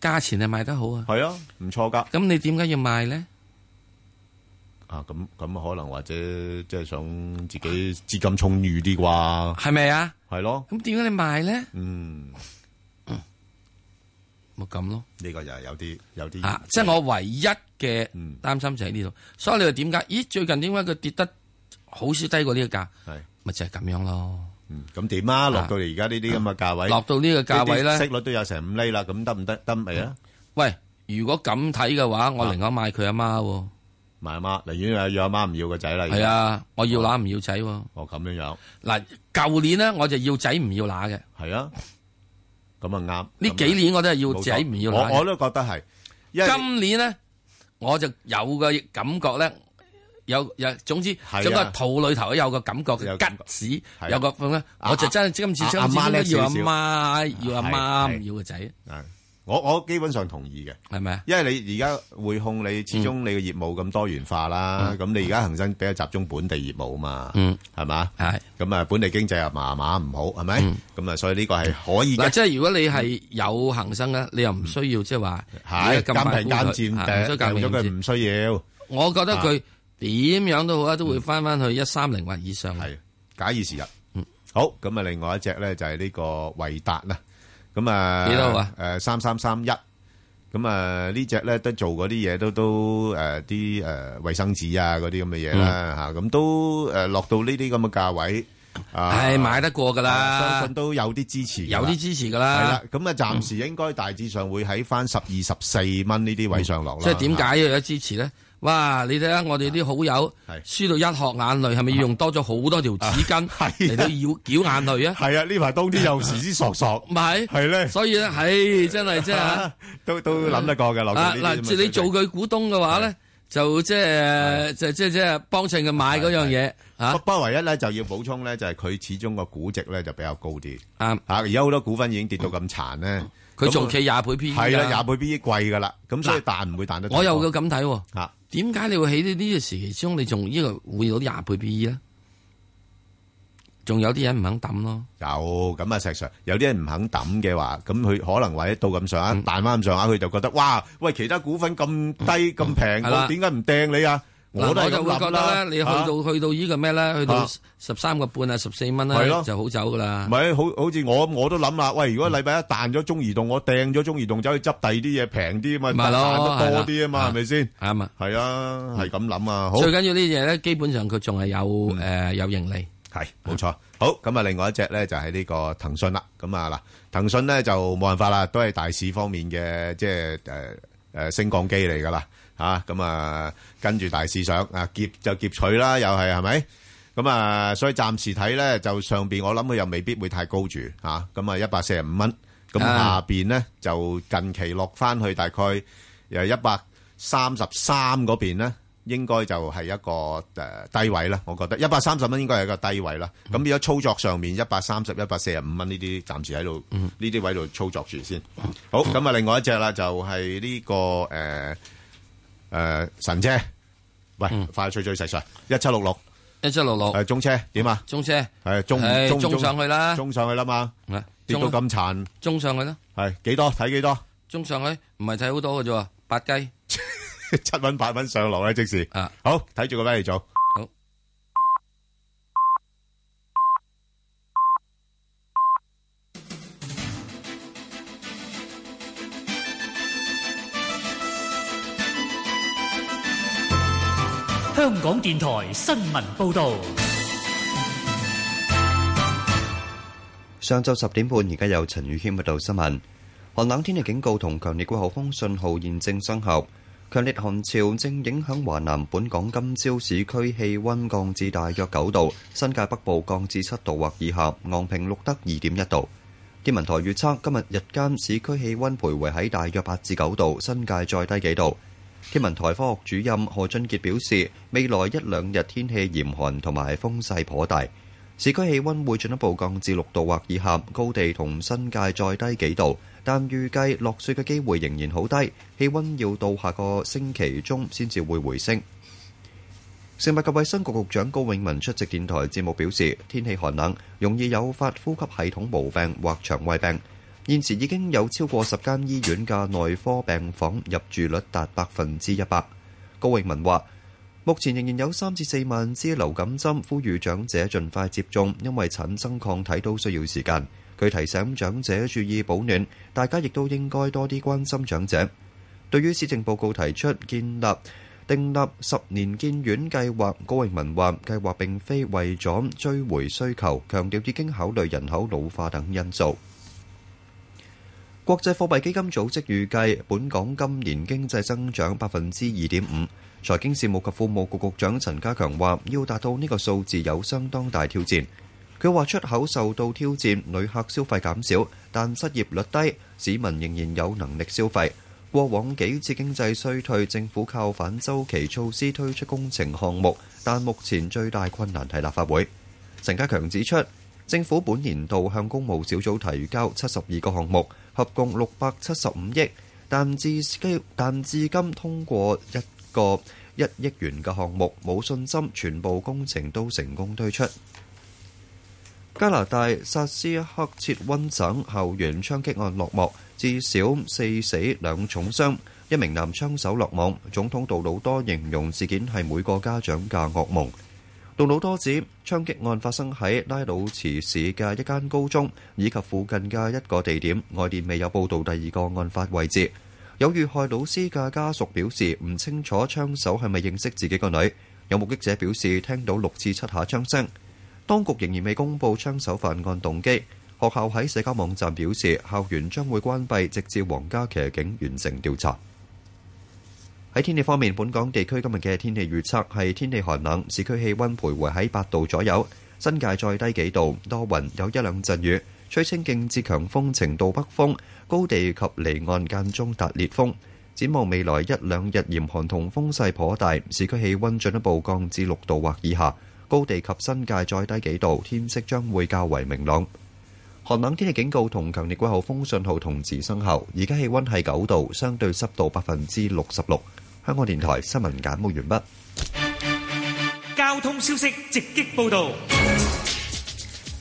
價錢係賣得好啊。
係啊，唔錯㗎。
咁你點解要賣咧？
啊，咁咁可能或者即係想自己資金充裕啲啩？
係咪啊？
係咯，
咁點解你賣咧？
嗯，
咪咁咯。
呢個又係有啲有啲
啊，即係我唯一嘅
嗯
擔心就喺呢度。所以你話點解？咦，最近點解佢跌得好少低過呢個價？
係
咪就係咁樣咯。
嗯，咁點啊？落到嚟而家呢啲咁嘅價位，
落到呢個價位
啲息
咧，
率都有成五厘啦，咁得唔得？得未啊？
喂，如果咁睇嘅話，我寧可買佢阿媽喎。
買阿媽，寧願養阿媽唔要個仔啦。而家
係啊，我要乸唔要仔喎。
哦，咁樣樣。
嗱，舊年咧我就要仔唔要乸嘅。
係啊，咁啊
呢幾年我都係要仔
冇錯
唔要乸嘅。
我我都覺得係，因為
今年咧我就有個感覺咧。有有，總之
啊
總個肚裏頭都有個感覺嘅吉子，
係啊
有個咁咧，
啊
我就真係今次
啊
今次
阿媽
應該
叻
要
少
阿
少
媽，要阿媽
係
唔要個仔。
啊我我基本上同意嘅，
係咪啊？
因為你而家匯控你始終你嘅業務咁多元化啦，咁你而家恒生比較集中本地業務嘛，
嗯，
係嘛，
係，
咁啊本地經濟又麻麻唔好，係咪？咁啊所以呢個係可以
嗱，
嘅，
即係如果你係有恒生咧，你又
嗯
唔需要即係話
係
咁快
監
沽
平
佢啊
監戰
唔需要鑑
掟咗
評
佢
鑑
唔需要。
我覺得
啊
佢點樣都好啦，都會翻翻去一三零或以上。
係假以時日。好，咁啊，另外一隻咧就係呢個維達啦。咁啊，
幾多號啊？
誒，三三三一。咁啊，呢只咧都做嗰啲嘢都都誒啲誒衛生紙啊嗰啲咁嘅嘢啦嚇，咁都誒落到呢啲咁嘅價位，
係買得過㗎啦，
相信都有啲支持㗎啦，
有啲支持㗎
係
啦
啦。。咁啊，暫時應該大致上會喺翻十二十四蚊呢啲位上落啦。
即係點解要有支持咧？哇！你睇下我哋啲好友，輸到一殼眼淚，係咪要用多咗好多條紙巾嚟到要繳眼淚啊？
啊係啊，呢排冬天又時之索索，
咪
係咧，啊
所以咧，唉，真係真係嚇，
都都諗得過嘅，劉
啊
總呢啲咁嘅
嗱，你做佢股東嘅話咧，就即係就即係即係幫襯佢買嗰樣嘢。
不不過唯一咧就要補充咧，就係佢始終個估值咧就比較高
啱
啲。啊！而家好多股份已經跌到咁殘咧，
佢仲企廿倍 P E
係啦，廿倍 P E 貴噶啦，咁所以
嗱
彈唔會彈得太多。
我又個咁睇喎
啊，
點解你會喺呢呢個時期之中，你仲呢個會到廿倍 P E 咧？仲有啲人唔肯抌咯。
有咁啊，石 Sir，有啲人唔肯抌嘅話，咁佢可能或者到咁上下
嗯
彈翻咁上下，佢就覺得哇，喂，其他股份咁低咁平，
嗯係啦
我點解唔掟你啊？
嗱
我都係
就
咁
會覺
諗
得咧，
啦。
你去
啊
到去到呢個咩咧？去到
啊
十三個半啊，十四蚊
係
咧
咯
就好走噶啦。
咪好好似我我都諗啦，喂，如果禮拜一彈咗中移動，我掟咗中移動走去執第二啲嘢平啲啊嘛，
咪咯
彈得多啲啊嘛，
係啦
係咪先？
啱啊，
係啊，係咁諗啊，好。嗯
最緊要呢嘢咧，基本上佢仲係有誒有盈利。
係冇錯。好咁啊，另外一隻咧就係呢個騰訊啦。咁啊嗱，騰訊咧就冇辦法啦，都係大市方面嘅即係誒誒升降機嚟噶啦嚇。咁啊跟住大市上啊劫就劫取啦，又係係咪？咁啊，所以暫時睇咧就上邊我諗佢又未必會太高住嚇。咁啊一百四十五蚊，咁
啊
下邊咧就近期落翻去大概誒一百三十三嗰邊咧，應該就係一個誒低位啦。我覺得一百三十蚊應該係一個低位啦。咁而家操作上面一百三十、一百四十五蚊呢啲，暫時喺度呢啲位度操作住先。好，咁啊，另外一隻啦，就係呢個誒誒神車，喂，快脆脆細碎，一七六六，
一七六六，
誒中車點啊？
中車
係中
誒
中
中上去啦
中上去啦嘛，跌
中
到咁殘，
中啊上去啦，
係幾多睇幾多？
中上去唔係睇好多嘅啫喎，八雞。
七蚊八蚊上落咧，即時
啊，
好睇住個位嚟做。
好，
香港電台新聞報導，
上晝十點半，而家有陳宇軒報道新聞。寒冷天氣警告同強烈季候風信號現正生效。強烈寒潮正影響華南本港，今朝市區氣温降至大約九度，新界北部降至七度或以下，昂坪錄得二點一度。天文台預測今日日間市區氣温徘徊喺大約八至九度，新界再低幾度。天文台科學主任何俊傑表示，未來一兩日天氣嚴寒同埋風勢頗大，市區氣温會進一步降至六度或以下，高地同新界再低幾度。但預計落雪嘅機會仍然好低，氣温要到下個星期中先至會回升。食物及衛生局局長高永文出席電台節目表示，天氣寒冷，容易誘發呼吸系統毛病或腸胃病。現時已經有超過十間醫院嘅內科病房入住率達百分之一百。高永文話：目前仍然有三至四萬支流感針，呼籲長者盡快接種，因為產生抗體都需要時間。佢提醒長者注意保暖，大家亦都應該多啲關心長者。對於施政報告提出建立訂立十年建院計劃，高永文話計劃並非為咗追回需求，強調已經考慮人口老化等因素。國際貨幣基金組織預計本港今年經濟增長百分之二點五。財經事務及庫務局局長陳家強話：要達到呢個數字有相當大挑戰。佢話出口受到挑戰，旅客消費減少，但失業率低，市民仍然有能力消費。過往幾次經濟衰退，政府靠反周期措施推出工程項目，但目前最大困難係立法會。陳家強指出，政府本年度向公務小組提交七十二個項目，合共六百七十五億，但至今但至今通過一個一億元嘅項目，冇信心全部工程都成功推出。加拿大薩斯克切温省校園槍擊案落幕，至少四死兩重傷，一名男槍手落網。總統杜魯多形容事件係每個家長嘅噩夢。杜魯多指槍擊案發生喺拉魯茨市嘅一間高中，以及附近嘅一個地點，外電未有報道第二個案發位置。有遇害老師嘅家屬表示唔清楚槍手係咪認識自己個女，有目擊者表示聽到六至七下槍聲。當局仍然未公布槍手犯案動機。學校喺社交網站表示，校園將會關閉，直至皇家騎警完成調查。喺天氣方面，本港地區今日嘅天氣預測係天氣寒冷，市區氣温徘徊喺八度左右，新界再低幾度，多雲，有一兩陣雨，吹清勁至強風程度北風，高地及離岸間中達烈風。展望未來一兩日嚴寒同風勢頗大，市區氣温進一步降至六度或以下，高地及新界再低幾度，天色將會較為明朗。寒冷天氣警告同強烈季候風信號同時生效。而家氣温係九度，相對濕度百分之六十六。香港電台新聞簡報完畢。
交通消息直擊報道。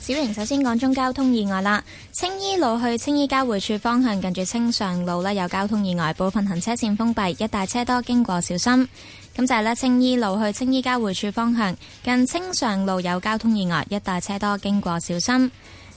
小瑩首先講中交通意外啦，青衣路去青衣交匯處方向，近住青上路呢有交通意外，部分行車線封閉，一帶車多，經過小心。咁就係呢，青衣路去青衣交匯處方向，近青上路有交通意外，一帶車多，經過小心。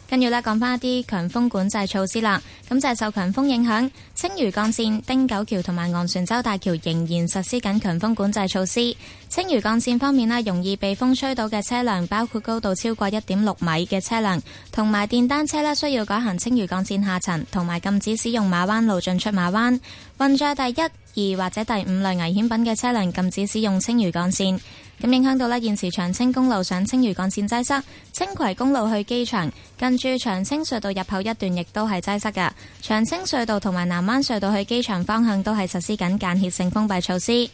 跟住呢，講翻一啲強風管制措施啦。咁就係受強風影響，青嶼幹線、汀九橋同埋昂船洲大橋仍然實施緊強風管制措施。青嶼幹線方面呢，容易被風吹到嘅車輛，包括高度超過一點六米嘅車輛，同埋電單車呢，需要改行青嶼幹線下層，同埋禁止使用馬灣路進出馬灣。運載第一，二或者第五類危險品嘅車輛禁止使用青嶼幹線，咁影響到呢現時長青公路上青嶼幹線擠塞，青葵公路去機場近住長青隧道入口一段亦都係擠塞嘅，長青隧道同埋南灣隧道去機場方向都係實施緊間歇性封閉措施。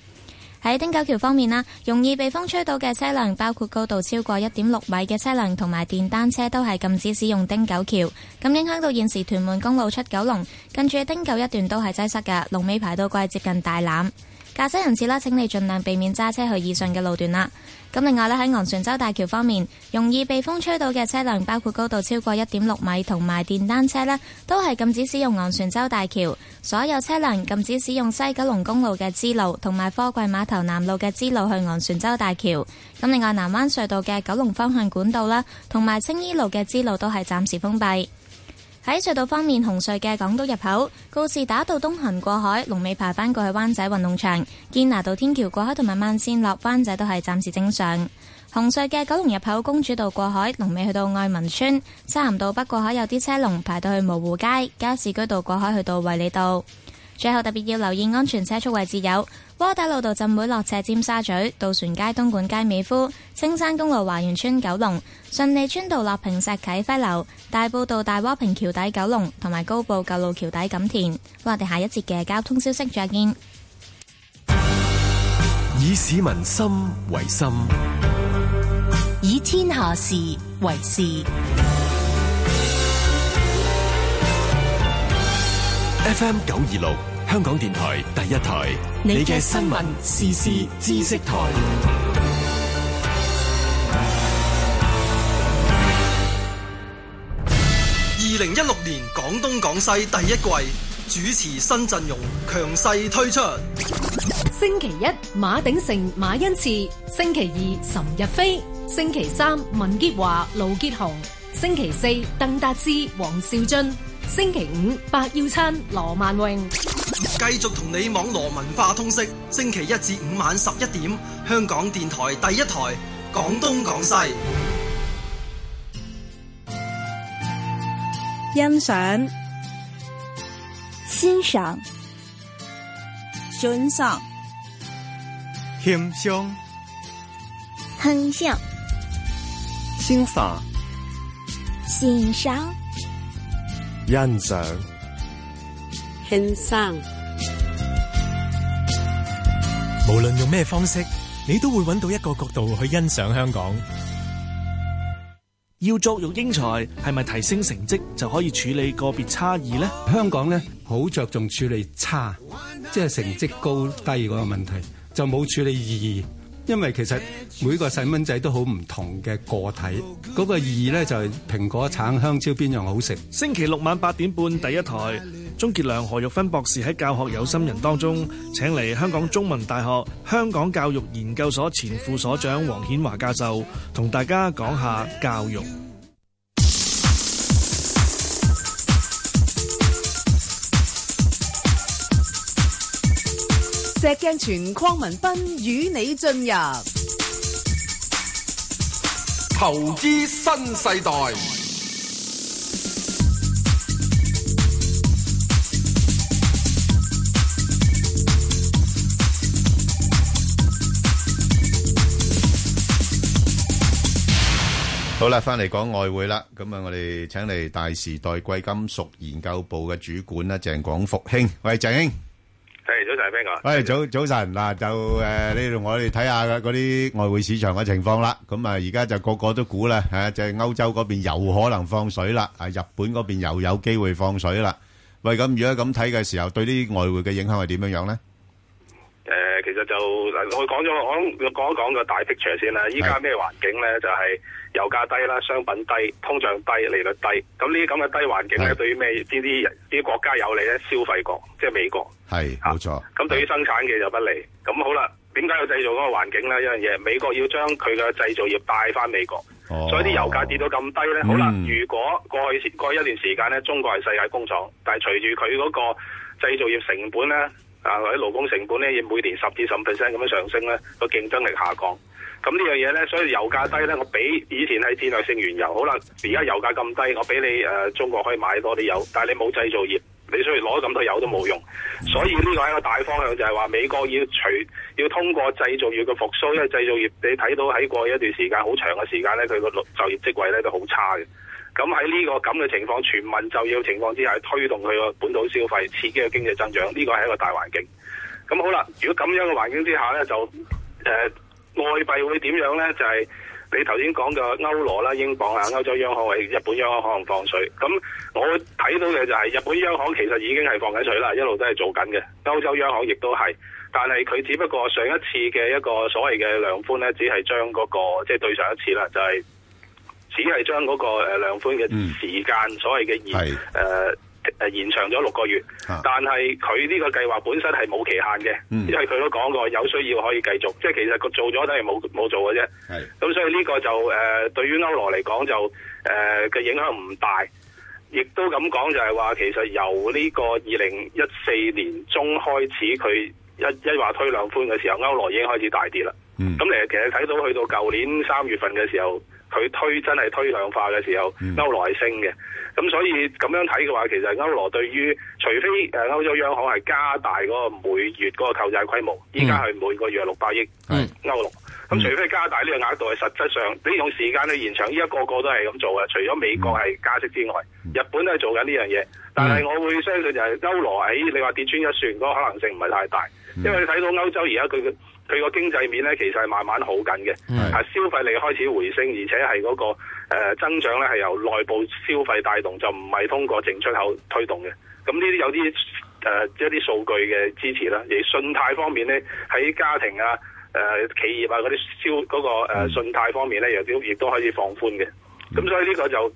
喺汀九橋方面啦，容易被風吹到嘅車輛，包括高度超過一點六米嘅車輛同埋電單車，都係禁止使用汀九橋。咁影響到現時屯門公路出九龍，近住汀九一段都係擠塞嘅，龍尾排到過去接近大欖。駕駛人士啦，請你盡量避免揸車去以上嘅路段啦。咁另外咧，喺昂船洲大橋方面，容易被風吹到嘅車輛，包括高度超過一點六米同埋電單車呢，都係禁止使用昂船洲大橋。所有車輛禁止使用西九龍公路嘅支路同埋貨櫃碼頭南路嘅支路去昂船洲大橋。咁另外，南灣隧道嘅九龍方向管道啦，同埋青衣路嘅支路都係暫時封閉。喺隧道方面，紅隧嘅港島入口告士打道東行過海，龍尾排返過去灣仔運動場；堅拿道天橋過海同埋慢線落灣仔都係暫時正常。紅隧嘅九龍入口公主道過海，龍尾去到愛民村；漆咸道北過海有啲車龍排到去蕪湖街；加士居道過海去到衛理道。最後特別要留意安全車速位置有窩打老道浸會落斜尖沙咀、渡船街、東莞街、美孚、青山公路華園村九龍、順利村道落坪石啟輝樓、大埔道大窩坪橋底九龍同埋高步舊路橋底錦田。我哋下一節嘅交通消息再見。
以市民心為心，
以天下事為事。
FM 九二六，香港電台第一台，你嘅新聞、時事、知識台。
二零一六年廣東廣西第一季主持新陣容，強勢推出。
星期一馬鼎盛、馬恩賜；星期二岑日飛；星期三文潔華、盧傑雄；星期四鄧達智、黃兆津；星期五白耀燦、羅萬榮。
繼續同你網羅文化通識，星期一至五晚十一點，香港電台第一台，廣東廣西。
欣賞、
欣賞、
欣賞、
欣賞、欣賞、欣賞、欣賞、欣賞。
欣賞，
無論用咩方式，你都會揾到一個角度去欣賞香港。
要作育英才，係咪提升成績就可以處理個別差異呢？
香港呢，好着重處理差，即係成績高低嗰個問題，就冇處理意義。因為其實每個細蚊仔都好唔同嘅個體，嗰個意義咧就係蘋果、橙、香蕉邊樣好食。
星期六晚八點半，第一台，鍾傑良、何玉芬博士喺教學有心人當中請嚟香港中文大學香港教育研究所前副所長黃顯華教授，同大家講下教育。
石鏡泉鄺民彬與你進入
投資新世代，
好啦，翻嚟講外匯啦，咁啊，我哋請嚟大時代貴金屬研究部嘅主管啦，鄭廣福兄，喂，鄭兄。
係早晨，邊啊個？
喂，早早晨嗱，就誒呢度我哋睇下嗰啲外匯市場嘅情況啦。咁啊，而家就個個都估啦，嚇就係歐洲嗰邊有可能放水啦，啊日本嗰邊又有機會放水啦。喂，咁如果咁睇嘅時候，對啲外匯嘅影響係點樣樣咧？
誒、呃其實就嗱，我講咗，我講講一講個大 picture 先啦。依家咩環境咧？就係、油價低啦，商品低，通脹低，利率低。咁呢啲咁嘅低環境咧，對於咩邊啲人邊啲國家有利咧？消費國，即係美國。
係冇錯，
咁對於生產嘅就不利。咁好啦，點解要製造嗰個環境呢？一樣嘢，美國要將佢嘅製造業帶翻美國，
哦
所以啲油價跌到咁低呢。好啦，
嗯
如果過去過去一段時間呢，中國係世界工廠，但係隨住佢嗰個製造業成本呢，啊或者勞工成本呢，要每年十至十五 percent 咁樣上升呢，個競爭力下降。咁呢樣嘢呢，所以油價低呢，我比以前係戰略性原油，好啦，而家油價咁低，我俾你誒、呃中國可以買多啲油，但係你冇製造業，你所以攞咁多油都冇用。所以呢個係一個大方向，就係話美國要除要通過製造業嘅復甦，因為製造業你睇到喺過去一段時間好長嘅時間咧，佢個就業職位咧都好差嘅。咁喺呢個咁嘅情況，全民就業嘅情況之下，推動佢個本土消費，刺激個經濟增長，呢個係一個大環境。咁好啦，如果咁樣嘅環境之下咧，就誒、呃外幣會點樣咧？就係、你頭先講嘅歐羅啦、英鎊啊、歐洲央行或者日本央行可能放水，咁我睇到嘅就係日本央行其實已經係放緊水啦，一路都係做緊嘅。歐洲央行亦都係，但係佢只不過上一次嘅一個所謂嘅量寬咧，只係將嗰、個即係、對上一次啦，就係、只係將嗰個誒量寬嘅時間、所謂嘅延誒誒延長咗六個月，但係佢呢個計劃本身係冇期限嘅，
嗯
因為佢都講過有需要可以繼續，即係其實佢做咗都係冇冇做嘅啫。咁所以呢個就誒、呃、對於歐羅嚟講就誒呃嘅、影響唔大，亦都咁講就係話其實由呢個二零一四年中開始，佢一一話推量寬嘅時候，歐羅已經開始大跌啦。咁你其實睇到去到舊年三月份嘅時候，佢推真係推量化嘅時候，歐羅係升嘅。咁所以咁樣睇嘅話，其實歐羅對於除非誒呃歐洲央行係加大嗰個每月嗰個購債規模，依家係每個月六百億歐羅。
嗯
咁除非加大呢個額度，係實質上呢種時間去延長，依家個個都係咁做嘅。除咗美國係加息之外，日本都係做緊呢樣嘢。
嗯
但
嗯
係我會相信就係歐羅喺你話跌穿一算嗰個可能性唔係太大，因為你睇到歐洲而家佢嘅佢個經濟面咧其實係慢慢好緊嘅，啊消費力開始回升，而且係嗰、個、呃、增長咧係由內部消費帶動，就唔係通過淨出口推動嘅。咁呢啲有啲誒、呃一啲數據嘅支持啦，而信貸方面咧喺家庭啊、誒、企業啊嗰啲消嗰、個、呃、信貸方面咧，亦都亦都開始放寬嘅。咁所以呢個就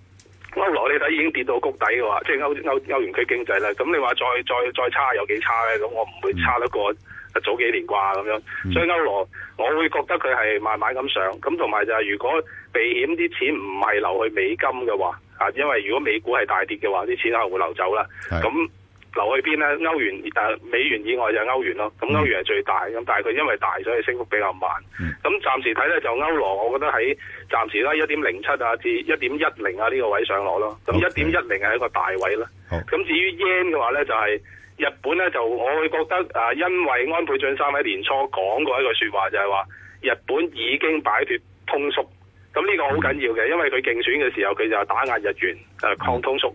歐羅你睇已經跌到谷底嘅話，即係歐歐歐元區經濟啦。咁你話再再再差有幾差咧？咁我唔會差得過呃早幾年啩咁樣。所以歐羅我會覺得佢係慢慢咁上。咁同埋就係如果避險啲錢唔係流去美金嘅話，啊，因為如果美股係大跌嘅話，啲錢可能會流走啦。咁流去邊咧？歐元誒、呃美元以外就係歐元咯。咁歐元係最大，咁但係佢因為大，所以升幅比較慢。咁暫時睇咧就歐羅，我覺得喺暫時啦一點零七啊至一點一零啊呢個位上落咯。咁一點一零啊係一個大位啦。咁至於 yen 嘅話咧，就係、日本咧就我會覺得啊，因為安倍晉三喺年初講過一句説話，就係話日本已經擺脱通縮。咁呢個好緊要嘅，因為佢競選嘅時候佢就打壓日元誒、抗通縮。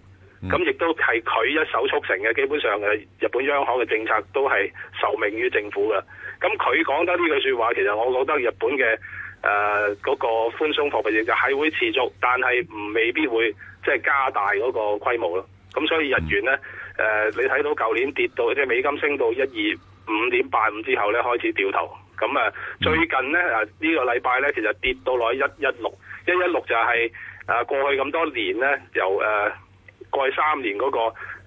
咁亦都係佢一手促成嘅，基本上嘅日本央行嘅政策都係受命於政府嘅。咁佢講得呢句説話，其實我覺得日本嘅誒嗰個寬鬆貨幣政策係會持續，但係唔未必會即係加大嗰個規模咯。咁所以日元呢，誒、呃你睇到舊年跌到即係美金升到一二五點八五之後呢，開始掉頭。咁啊，最近呢，啊呢、個禮拜呢，其實跌到落一一六，一一六就係、啊過去咁多年呢，由誒。呃過去三年嗰、個、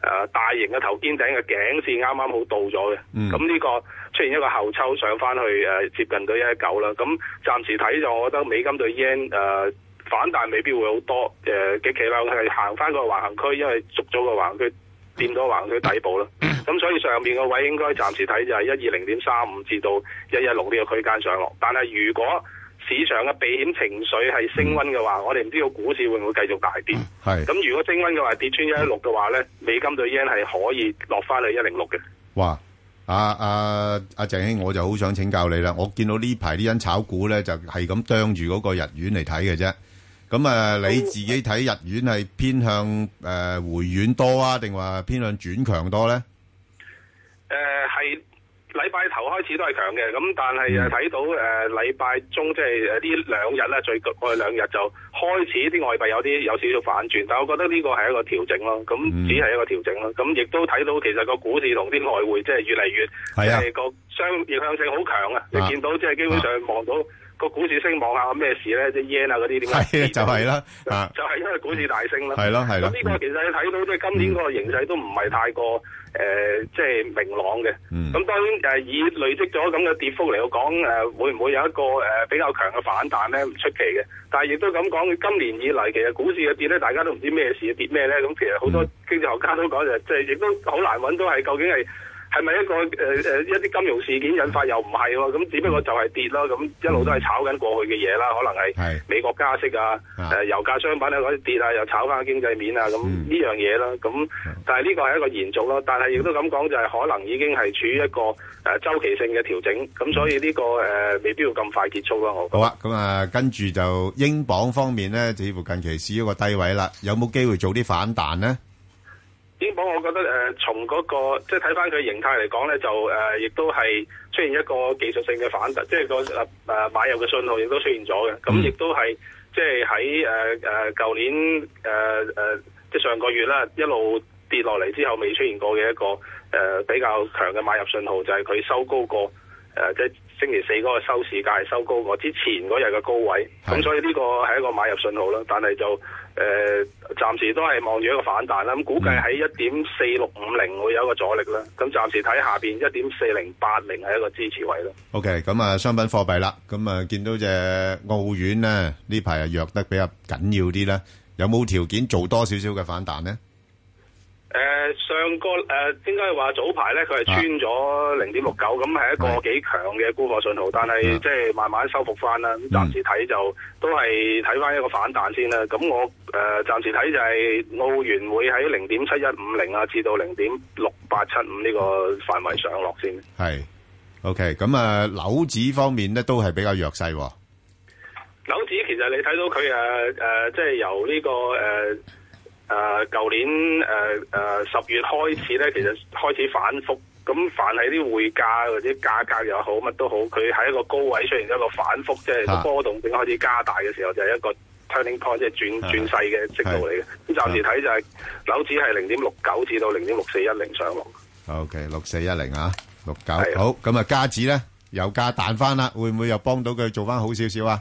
呃、大型嘅頭肩頂嘅頸線啱啱好到咗嘅，咁呢、
嗯
個出現一個後抽上翻去誒、呃接近到一一九啦。咁暫時睇就，我覺得美金對 yen 誒、反彈未必會好多，誒、嘅期望係行翻個橫行區，因為捉咗個橫行區。掂到橫行區底部啦，咁所以上面個位應該暫時睇就係一二零點三五至到一一六呢個區間上落。但係如果市場嘅避險情緒係升溫嘅話，我哋唔知道股市會唔會繼續大跌。
係
咁如果升溫嘅話，跌穿一一六嘅話咧，美金對 yen 係可以落翻去一零六嘅。
哇！阿阿阿鄭兄，我就好想請教你啦。我見到呢排啲人炒股咧，就係咁啄住嗰個日元嚟睇嘅啫。咁啊，你自己睇日元係偏向诶回軟多啊，定話偏向轉強多咧？
誒呃係禮拜頭開始都係強嘅，咁但係誒
嗯
睇到誒禮拜中即係誒呃呢兩日咧，最過去兩日就開始啲外幣有啲有少少反轉，但我覺得呢個係一個調整咯，咁
嗯
只係一個調整咯，咁亦都睇到其實個股市同啲外匯即係越嚟越
係啊
即係個相逆向性好強啊！你
啊
見到即係基本上望到個股市升，望下咩事咧？即係 yen 啊嗰啲點解
係啊，就係啦，啊，
就係因為股市大升啦。
係咯係咯
咁呢個其實你睇到即係今年嗰個形勢都唔係太過誒，即係明朗嘅。咁當然誒，呃以累積咗咁嘅跌幅嚟講，誒會唔會有一個誒比較強嘅反彈咧？唔出奇嘅。但係亦都咁講，今年以嚟其實股市嘅跌咧，大家都唔知咩事跌咩咧。咁其實好多經濟學家都講就係即係亦都好難揾到係究竟係。係咪一個誒誒、呃一啲金融事件引發又唔係喎？咁只不過就係跌咯，咁一路都係炒緊過去嘅嘢啦，可能係美國加息啊，誒、油價商品啊嗰啲跌啊，又炒翻經濟面啊，咁呢樣嘢啦，咁但係呢個係一個延續咯，但係亦都咁講就係可能已經係處於一個誒、呃、周期性嘅調整，咁所以呢、個誒、呃未必要咁快結束咯，我覺得
好啊，咁啊，跟住就英鎊方面咧，似乎近期試咗個低位啦，有冇機會做啲反彈咧？
英鎊我覺得誒、呃、從嗰、個即係睇翻佢形態嚟講咧，就誒、呃亦都係出現一個技術性嘅反彈，即係個誒誒、呃、買入嘅信號亦都出現咗嘅。咁亦都係即係喺誒誒舊年誒誒即係上個月啦，一路跌落嚟之後未出現過嘅一個誒、呃比較強嘅買入信號，就係、佢收高過誒、呃即係星期四嗰個收市價係收高過之前嗰日嘅高位。咁所以呢個係一個買入信號啦，但係就。誒、暫時都係望住一個反彈啦，咁估計喺一點四六五零會有一個阻力啦。咁暫時睇下邊一點四零八零係一個支持位啦。
OK，咁啊，商品貨幣啦，咁啊，見到隻澳元咧呢排啊弱得比較緊要啲咧，有冇條件做多少少嘅反彈咧？
誒、呃上個誒、應該係話早排咧，佢係穿咗零點六九，咁係一個幾強嘅沽貨信號，但係即係慢慢收復翻啦。咁暫時睇就都係睇翻一個反彈先啦。咁我誒、呃暫時睇就係澳元會喺零點七一五零啊，至到零點六八七五呢個範圍上落先。
係 OK，咁啊，樓指方面咧都係比較弱勢喎。
樓指其實你睇到佢誒誒，即係由呢、個誒誒舊年誒誒十月開始咧，其實開始反覆。咁凡係啲匯價或者價格又好乜都好，佢喺一個高位出現一個反覆，即係
啊
個波動性開始加大嘅時候，就係、一個 turning point，即係轉
啊
轉勢嘅息度嚟嘅。咁暫時睇就係樓指係零點六九至到零點六四一零上落。
OK，6410啊，69好，咁啊，加紙呢，油價彈返啦，會唔會又幫到佢做返好少少啊？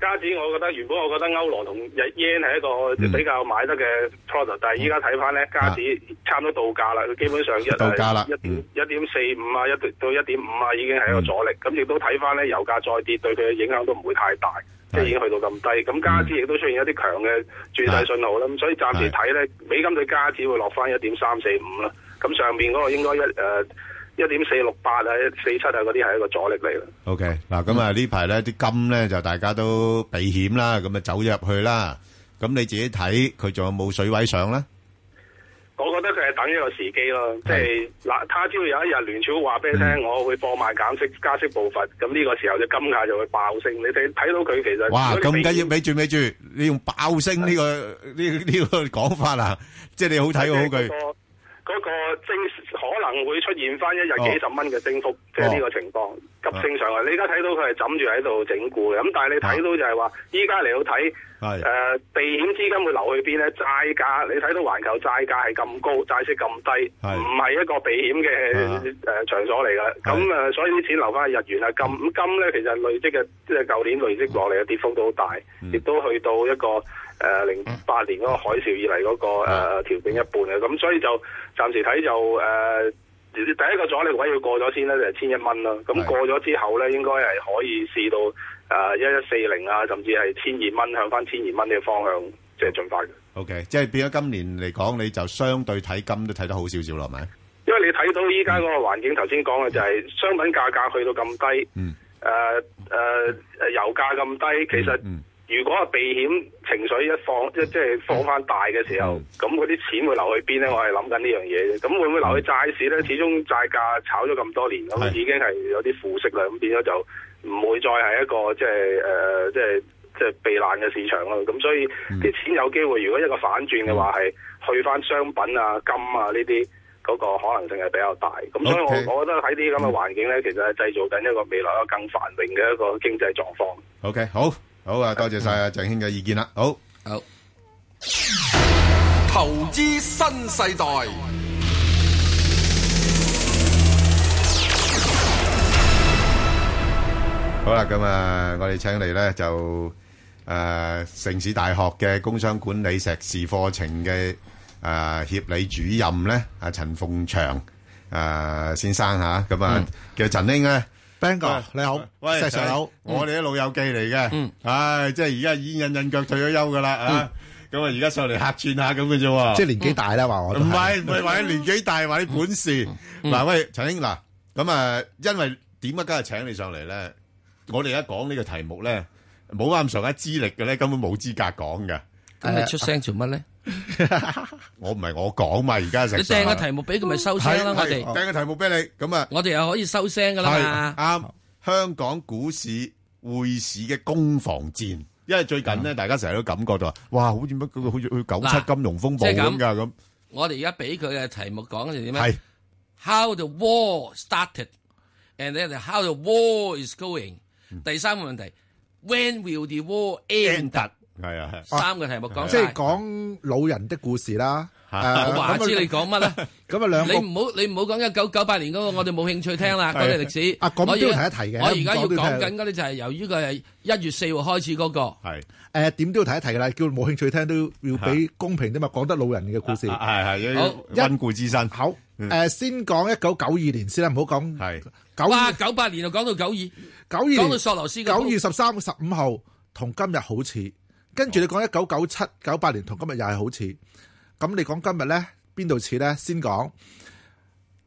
加指，我覺得原本我覺得歐羅同日 yen 係一
嗯
個比較買得嘅 product，、但係依家睇翻咧，加指差唔多到價啦，佢基本上一
啊到價啦
一
嗯
點一點四五啊，一到一點五啊，已經係一個阻力。咁亦、都睇翻咧，油價再跌對佢嘅影響都唔會太大，即係已經去到咁低。
嗯
咁加指亦都出現一啲強嘅轉勢信號啦。咁所以暫時睇咧，美金對加指會落翻一點三四五啦。咁上面嗰個應該一誒一點四六八啊、四七啊嗰啲係一個阻力嚟啦。
OK，嗱，咁啊，呢排呢，啲金呢，就大家都避險啦，咁啊，走入去啦。咁你自己睇，佢仲有冇水位上呢？
我覺得佢係等一個時機咯，即係嗱，他朝有一日聯儲會話俾你聽，
嗯
我會放慢減息加息步伐，咁呢個時候就金價就會爆升。你睇睇到佢其實
哇，
如果你
咁緊要，
避
咪住，咪住，你用爆升呢個- 呢- 呢個講法啊？即係你好睇好佢。
嗰個嗰個升可能會出現翻一日
哦
幾十蚊嘅升幅，即係呢個情況
啊
急升上去。你而家睇到佢係枕住喺度整固嘅，咁但係你睇到就係話，依家嚟到睇。
係。
誒、避險資金會流去邊咧？債價你睇到環球債價係咁高，債息咁低，
係
唔係一個避險嘅誒、場所嚟㗎。咁誒、所以啲錢留翻日元啊，金咁金咧，其實累積嘅即係舊年累積落嚟嘅跌幅都好大，亦、都去到一個誒零八年嗰個海嘯以嚟嗰、個誒、調整一半嘅。咁所以就暫時睇就誒。第一個阻力位要過咗先咧，就係千一蚊啦。咁過咗之後咧，應該係可以試到誒一一四零啊，甚至係千二蚊向翻千二蚊呢個方向，即係進發嘅。
OK，即係變咗今年嚟講，你就相對睇金都睇得好少少啦，係咪？
因為你睇到依家嗰個環境，頭先講嘅就係商品價格去到咁低，誒誒誒油價咁低，其實如果係避險情緒一放，即即係放翻大嘅時候，咁嗰啲錢會流去邊咧？我係諗緊呢樣嘢嘅。咁會唔會流去債市咧？始終債價炒咗咁多年，呃咁已經係有啲負息啦，咁變咗就唔會再係一個即係誒即係。誒、即係避難嘅市場咯。咁所以啲錢有機會，如果一個反轉嘅話，係去翻商品啊、金啊呢啲。嗰個可能性係比較大，咁所以我
OK
我覺得喺啲咁嘅環境咧，其實係製造緊一個未來一個更繁榮嘅一個經濟狀況。
OK，好，好啊，多謝晒啊，鄭兄嘅意見啦，好。
投資新世代，
好啦，咁啊，我哋請嚟呢，就，呃，城市大學嘅工商管理碩士課程嘅，呃，協理主任呢，阿陳鳳祥，呃，先生吓，咁啊，其實陳兄呢，啊，
你好，
喂，
石Sir好。
我哋啲老友記嚟嘅，唉，即係而家已經印印腳退咗休㗎啦，啊，咁啊，而家上嚟客串下咁嘅啫喎。
即係年紀大啦，話我都係。
唔係，唔係話你年紀大，話你本事。嗱，喂，陳兄，嗱，咁啊，因為點解今日請你上嚟呢？我哋而家講呢個題目呢，冇啱上下資歷嘅呢，根本冇資格講嘅。
咁你出聲做 乜咧？
我唔係我講嘛，而家實
你掟個題目俾佢咪收聲啦，
係
我哋
係掟個題目俾你，咁啊，
我哋又可以收聲噶啦嘛。
係，啱。香港股市匯市嘅攻防戰，因為最近呢，大家成日都感覺到，哇，好似乜嗰個-好似-好似97金融風
即
暴
係咁，
咁㗎，咁。
我哋而家俾佢嘅題目講就點
係
咧？How the war started and then how the war is going。第三個問題，When will the war end？三個題目講
即
晒
係。講老人的故事啦。誒
我話知你講乜啦？
咁啊兩個
你唔好你唔好講一九九八年嗰個，我哋冇興趣聽啦，
係
嗰啲歷史。
啊咁
我而家
都要提一提嘅
我而家要
咁都要
講
提
緊嗰啲就係由於佢係一月四號開始嗰個。
係。
誒點都要提一提㗎啦，叫冇興趣聽都要俾公平啲嘛，講得老人嘅故事。
啊，係，係，要
好。
溫故知新。嗯。
誒先講一九九二年先啦，唔好講
係
九
哇！九八年就講到九二，
九二
講到索羅斯嗰
九月十三、十五號同今日好似，跟住你講一九九七、九八年同今日又係好似，咁你講今日呢邊度似呢？先講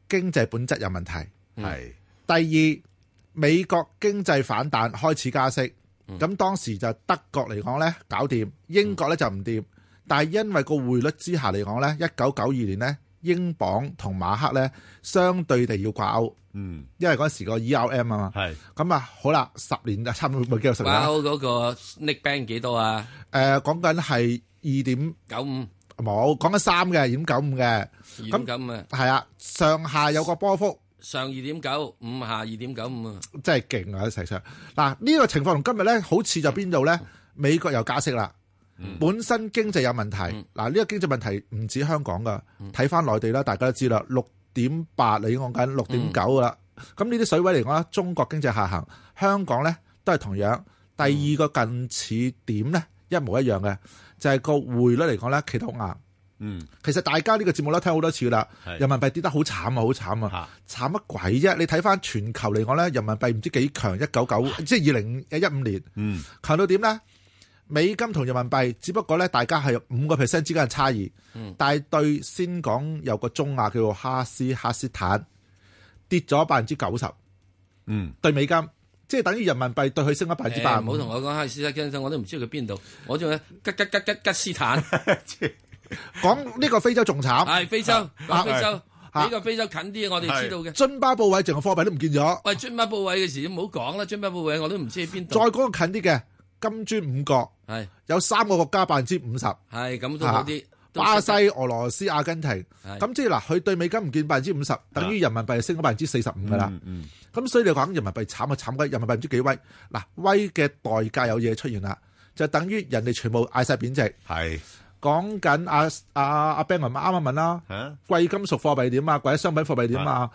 經濟本質有問題，
係
第二美國經濟反彈開始加息，咁、當時就德國嚟講呢搞掂，英國呢就唔掂，但係因為個匯率之下嚟講呢，一九九二年呢英鎊同馬克呢相對地要掛鈎。
嗯，
因為嗰時個 ERM 啊嘛，
係
咁啊，好啦，十年啊，差唔多冇幾多十年
哇！
啦。
嗰個 Nick Bank 幾多啊？
誒，講緊係二點
九五，
冇講緊三嘅，二點九五嘅。
二點九五啊，
係啊，上下有個波幅，
上二點九五，下二點九五啊。
真係勁啊！實際上，嗱呢個情況同今日咧，好似就邊度咧？美國又加息啦，
嗯
本身經濟有問題。嗱呢個經濟問題唔止香港噶，睇翻內地啦，大家都知啦，六點八你講緊六點九噶啦。咁呢啲水位嚟講咧，中國經濟下行，香港咧都係同樣。第二個近似點咧一模一樣嘅，就係個匯率嚟講咧，企得好硬。
嗯，
其實大家呢個節目都聽好多次啦
係，
人民幣跌得好慘啊，好慘啊，慘乜鬼啫？你睇翻全球嚟講咧，人民幣唔知幾強，一九九即係二零一五年，
嗯，
強到點咧？美金同人民幣，只不過咧大家係有五個 percent 之間嘅差異，
嗯
但係對先講有個中亞叫做哈斯哈斯坦跌咗百分之九十
嗯，
對美金，即係等於人民幣對佢升咗百分之八
誒唔好同我講哈斯克我都唔知佢邊度，我仲有吉吉吉吉吉斯坦，
講呢個非洲仲慘，
係非洲，
啊
講非洲，
啊
比個非洲近啲，我哋知道嘅。
津巴布韋淨個貨幣都唔見咗。
喂，津巴布韋嘅時唔好講啦，津巴布韋我都唔知喺邊度。
再講個近啲嘅，金磚五國
係
有三個國家百分之五十，
係咁都好啲
啊。
都識
巴西、俄羅斯、阿根廷，
係
咁即係嗱，佢對美金唔見百分之五十，等於人民幣升咗百分之四十五噶啦。
嗯，
咁所以你講人民幣慘啊慘鬼，人民幣唔知幾威，嗱威嘅代價有嘢出現啦，就等於人哋全部嗌晒貶值。
係
講緊阿阿阿 Ben 文啱啱問啦
嚇，
貴金屬貨幣點啊，貴商品貨幣點啊，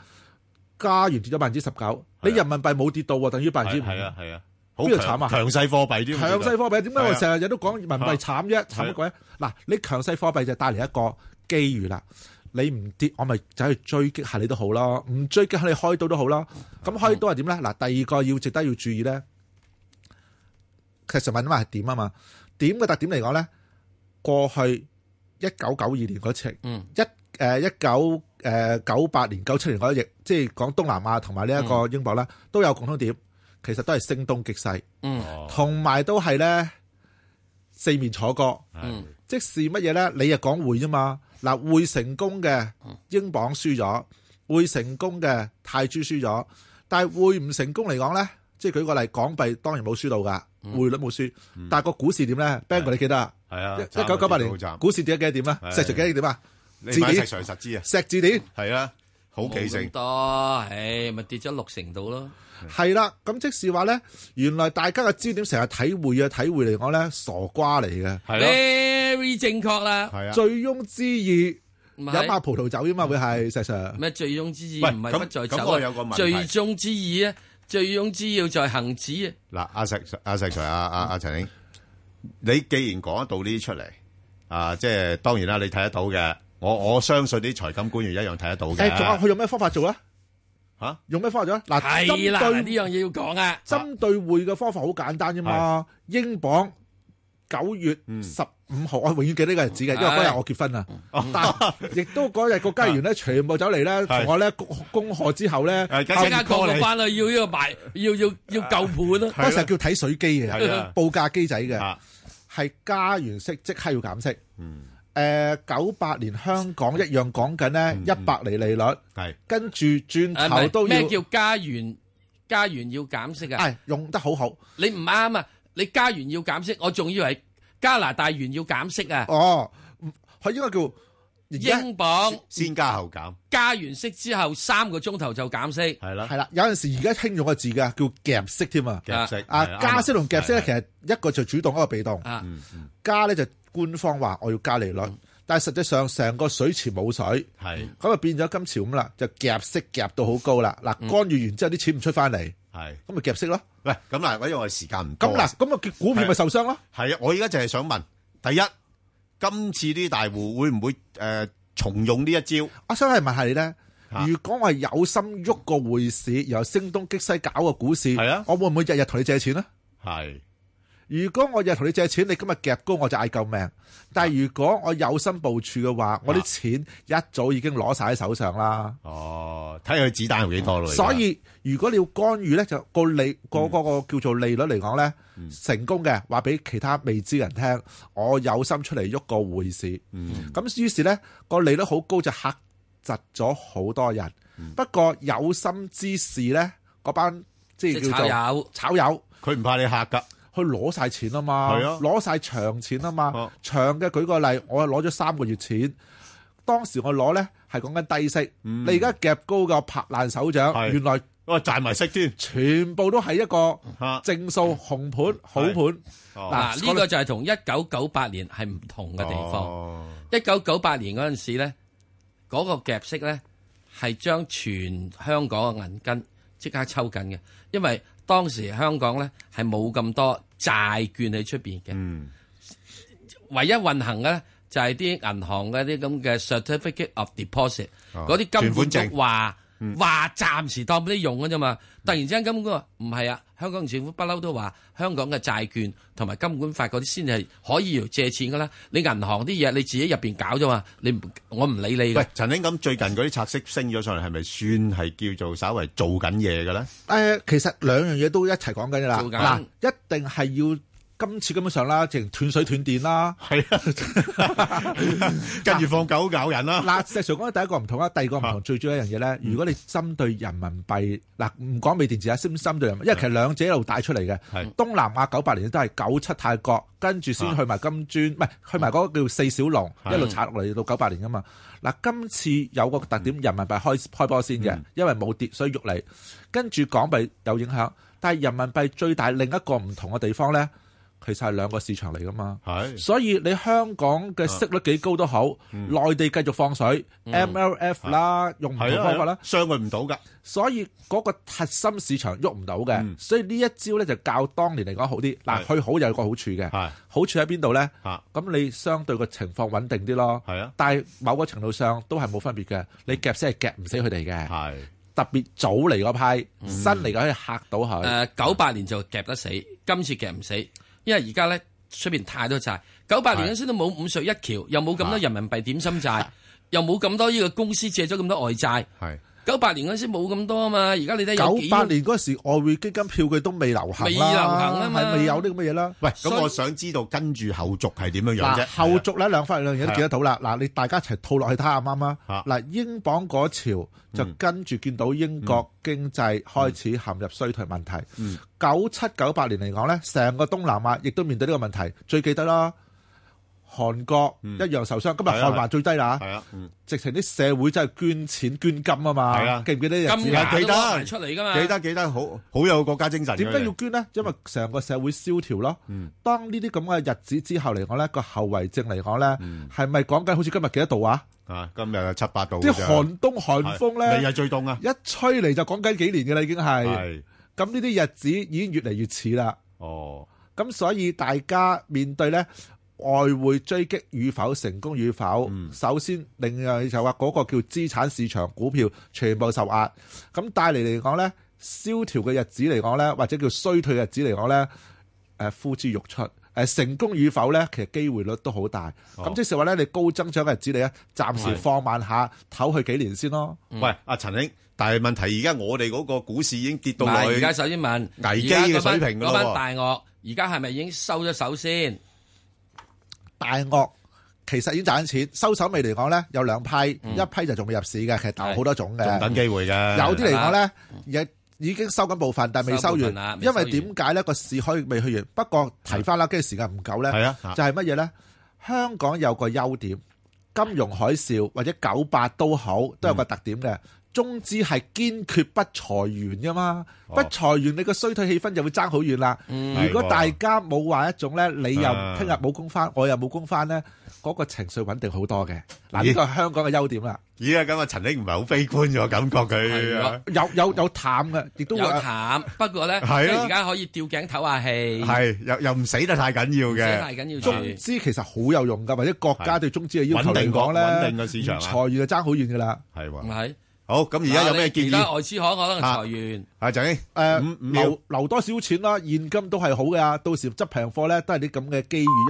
加元跌咗百分之十九，你人民幣冇跌到喎，等於百分之五。
係啊，係啊，係啊，好
邊度
強-
慘啊？
強勢貨幣添，
強勢貨幣點解
係啊。
我成日都講人民幣慘啫？慘乜鬼？啊嗱，你強勢貨幣就帶嚟一個機遇啦。你唔跌，我咪走去追擊下你都好咯，唔追擊下你開刀都好咯。咁開刀係點咧？嗱，第二個要值得要注意咧，其實問啊嘛係點啊嘛？點嘅特點嚟講咧，過去一九九二年嗰次，
嗯
一誒一九誒九八年、九七年嗰一役，即係講東南亞同埋呢一個英國啦，都有共通點，其實都係聲東擊西。
哦
嗯
同埋都係咧四面楚歌。
嗯
即是乜嘢咧？你又講匯啫嘛。嗱，匯成功嘅英鎊輸咗，匯成功嘅泰銖輸咗，但係匯唔成功嚟講咧，即係舉個例，港幣當然冇輸到㗎，匯率冇輸，但係個股市點咧？Bang 哥你記得啊？
嗯係啊
一九九八年
慘啊
股市跌咗幾多點啊？
係
石 Sir 幾多點啊？
你
字
買
典
石 Sir 實知啊
石字典
係啦，好記
冇
性
咁。多，唉，咪跌咗六成度咯。
係啦，咁即是話咧，原來大家嘅焦點成日睇匯啊，睇匯嚟講咧，傻瓜嚟嘅，
，very 正確啦。
啊
係
醉翁之意
咪
飲下葡萄酒啫嘛，
嗯
會係石 Sir。
咩醉翁之意唔
喂
係
咁
不在
咁
酒
我有個問
啊，
題
醉翁之意啊，醉翁之要在行止啊。
嗱，阿石阿石 Sir 阿阿阿陳英，你既然講得到呢啲出嚟，啊，即係當然啦，你睇得到嘅，我我相信啲財金官員一樣睇得到嘅。
誒，仲有佢用咩方法做咧？
吓，
用咩方法做啊咧？嗱，
係啦，
針
嗱
對
呢樣嘢要講啊。
針對匯嘅方法好簡單啫嘛。英鎊九月
嗯
十五號，我永遠記得呢個日子嘅，因為嗰日我結婚啊。
哦
但係亦都嗰日個家 員
啊
咧，全部走嚟咧，同我咧恭恭賀之後咧，
即刻過嚟翻啦，要呢個賣，要要要救盤啦。
嗰時候叫睇水機
啊係啊
嘅，報價機仔嘅，係加完息即刻要減息。
嗯，
誒九八年香港一樣講緊咧一百厘利率，
係
跟住轉
嗯誒
頭
咪
都要
咩叫加元？加元要減息啊？
係用得好好。
你唔啱啊！你加元要減息，我仲以為加拿大元要減息啊！
哦，佢應該叫
英鎊
先加後減，
加完息之後三個鐘頭就減息。
係啦
係啦，有陣時而家興用個字嘅叫夾息添啊，
夾息
啊
係啊啊
加息同夾息咧，
係
其實一個就主動，一個被動。
嗯
加咧就官方話我要加利率，
嗯
但係實際上成個水池冇水，
係
咁啊變咗今朝咁啦，就夾息夾到好高啦。
嗯
嗱，干預完之後啲錢唔出翻嚟，
係
咁咪夾息咯。
喂，咁嗱，因為我哋時間唔多
咁
啊
嗱，咁啊股票咪受傷咯。
係啊，我而家就係想問，第一，今次啲大户會唔會誒重用呢一招？
我想係問下你咧，如果我係有心喐個匯市，由聲東擊西搞個股市，我會唔會日日同你借錢咧？
啊係
如果我日日同你借錢，你今日夾高我就嗌救命。但係如果我有心部署嘅話，我啲錢一早已經攞晒喺手上啦。
哦，睇佢子彈有幾多咯。而家嗯
所以如果你要干預呢，就個利個嗰個叫做利率嚟講呢，成功嘅話俾其他未知人聽，我有心出嚟喐個匯市。
嗯
咁於是呢，個利率好高就嚇窒咗好多人。
嗯
不過有心之士呢，嗰班即係
即係
叫
炒
做
友
炒友，
佢唔怕你嚇㗎，
佢攞晒錢啊嘛，
係啊哦
攞晒長錢啊嘛，長嘅舉個例，我攞咗三個月錢。當時我攞呢係講緊低息，你而家夾高個拍爛手掌，
嗯係
原來
我賺埋息添，
全部都係一個正數紅盤好盤。
哦
嗱，呢個就係同一九九八年係唔同嘅地
哦
方。一九九八年嗰陣時咧，嗰個夾息咧係將全香港嘅銀根即刻抽緊嘅，因為當時香港咧係冇咁多債券喺出邊嘅。
嗯
唯一運行嘅咧就係啲銀行嘅啲咁嘅 certificate of deposit，
哦
嗰啲金管
存款
局
證
話
嗯
話暫時當俾你用嘅啫嘛。突然之間金管局話唔係啊，香港政府不嬲都話香港嘅債券同埋金管法嗰啲先係可以用借錢噶啦。你銀行啲嘢你自己入邊搞啫嘛，你唔我唔理你嘅
喂，。陳兄咁最近嗰啲拆息升咗上嚟，係咪算係叫做稍為做緊嘢嘅咧？
誒、其實兩樣嘢都一齊講緊㗎啦。
做緊
嗱，一定係要今次根本上啦，直情斷水斷電啦。
係
啊，
跟住放狗咬人啦。啊嗯
嗱，石 Sir 講嘅第一個唔同啦，啊第二個唔同，最主要一樣嘢咧，如果你針對人民幣，嗱唔講美電子啊，先針對人民，因為其實兩者一路帶出嚟嘅。東南亞九八年都係九七泰國，跟住先去埋金磚，唔係去埋嗰個叫四小龍，
啊係
一路拆落嚟到九八年噶嘛。嗱，今次有個特點，人民幣開開波先嘅，因為冇跌，所以喐你。跟住港幣有影響，但係人民幣最大另一個唔同嘅地方咧，其實係兩個市場嚟噶嘛。
係
所以你香港嘅息率幾高都好，內地繼續放水
嗯
，MLF 啦，用唔同
係啊
方法啦，
相佢唔到㗎。嗯
所以嗰個核心市場喐唔到嘅，所以呢一招咧就較當年嚟講好啲。嗱，佢好有個好處嘅，好處喺邊度咧？咁你相對個情況穩定啲咯。
係啊，嗯
但係某個程度上都係冇分別嘅，你夾先係夾唔死佢哋嘅。
係嗯
特別早嚟嗰批，新嚟嗰批嚇到佢。
誒呃九八年就夾得死，今次夾唔死，因為而家咧出邊太多債。九八年嗰陣時都冇五
啊
水一橋，又冇咁多人民幣點心債，又冇咁多呢個公司借咗咁多外債。
係
九八年嗰陣時冇咁多啊嘛，而家你睇有
九
幾
八年嗰時外匯基金票據都未流行啦，
未流行啊嘛
係未有呢咁嘅嘢啦。
喂，咁我想知道跟住後續係點樣樣
嗱
啫？啊
後續咧兩翻兩樣嘢都見得到啦。嗱，你大家一齊套落去睇下啱唔啱啊？嗱，英鎊嗰潮
嗯
就跟住見到英國經濟開始陷入衰退問題。九七九八年嚟講咧，成個東南亞亦都面對呢個問題。最記得啦，韓國一樣受傷。今日
係啊
韓環最低啦，
係啊，
直情啲社會真係捐錢捐金啊
係啊
嘛。記唔記得呢啲日子
金牙都記得攞埋
出嚟㗎嘛
記得記得，好好有國家精神嘅。嗯
點解要捐呢？因為成個社會蕭條咯。當呢啲咁嘅日子之後嚟講呢，個後遺症嚟講呢，係咪講緊好似今日幾多度啊？
嗯啊？今日有七八度
啲
㗎咋
寒冬寒風呢，
係你係最凍啊！
一吹嚟就講緊幾年嘅啦，已經
係
係。咁呢啲日子已經越嚟越似啦。
哦，
咁所以大家面對呢外匯追擊與否成功與否，
嗯
首先另外就話嗰個叫資產市場股票全部受壓，咁帶嚟嚟講呢，蕭條嘅日子嚟講呢，或者叫衰退日子嚟講呢，誒呼之欲出。誒成功與否呢，其實機會率都好大。咁、
哦
即是話呢，你高增長嘅日子你呢，暫時
係
放慢下，唞去幾年先咯。
喂，阿陳兄，但係問題而家我哋嗰個股市已經跌到
唔係
落去
而家首先問
危機嘅水平㗎
嗰班嗰班
咯
大鱷而家係咪已經收咗手先？
大鱷其實已經賺緊錢，收手尾嚟講呢，有兩批，一批就仲未入市嘅，其實大鱷好多種嘅，
嗯仲等機會嘅
有啲嚟講呢，亦已經收緊部分，但係未收
收部分啦
完，
未
因
收完
為點解呢？個市可以未去完？不過提翻啦，跟住時間唔夠呢，
係啊
就係乜嘢呢？香港有個優點，金融海嘯或者九八都好，都有個特點嘅。中資係堅決不裁員噶嘛，不裁員你個衰退氣氛就會爭好遠啦。
嗯
如果
係喎
大家冇話一種呢，你又
啊
聽日冇工翻，我又冇工翻呢，嗰個情緒穩定好多嘅。嗱，呢
咦
個係香港嘅優點啦。
咦啊，咁啊，陳兄唔係好悲觀咗，感覺佢啊
有有有淡嘅，亦都
有
會
淡，不過咧，即
係啊
係而家可以吊頸唞下氣。
係又又唔死得太緊要
唔死得
嘅，
太緊要住
中資其實好有用㗎，或者國家對中資嘅要求
穩
嚟
定個
講咧，
穩定個市場啊
唔裁員就爭好遠㗎啦。
係喎，
唔係
好咁而家有咩建
而家外
議？
資行可能裁員，
阿陳兄，
誒
五五秒
留留多少錢啦，現金都係好㗎，到時執平貨咧都係啲咁嘅機遇。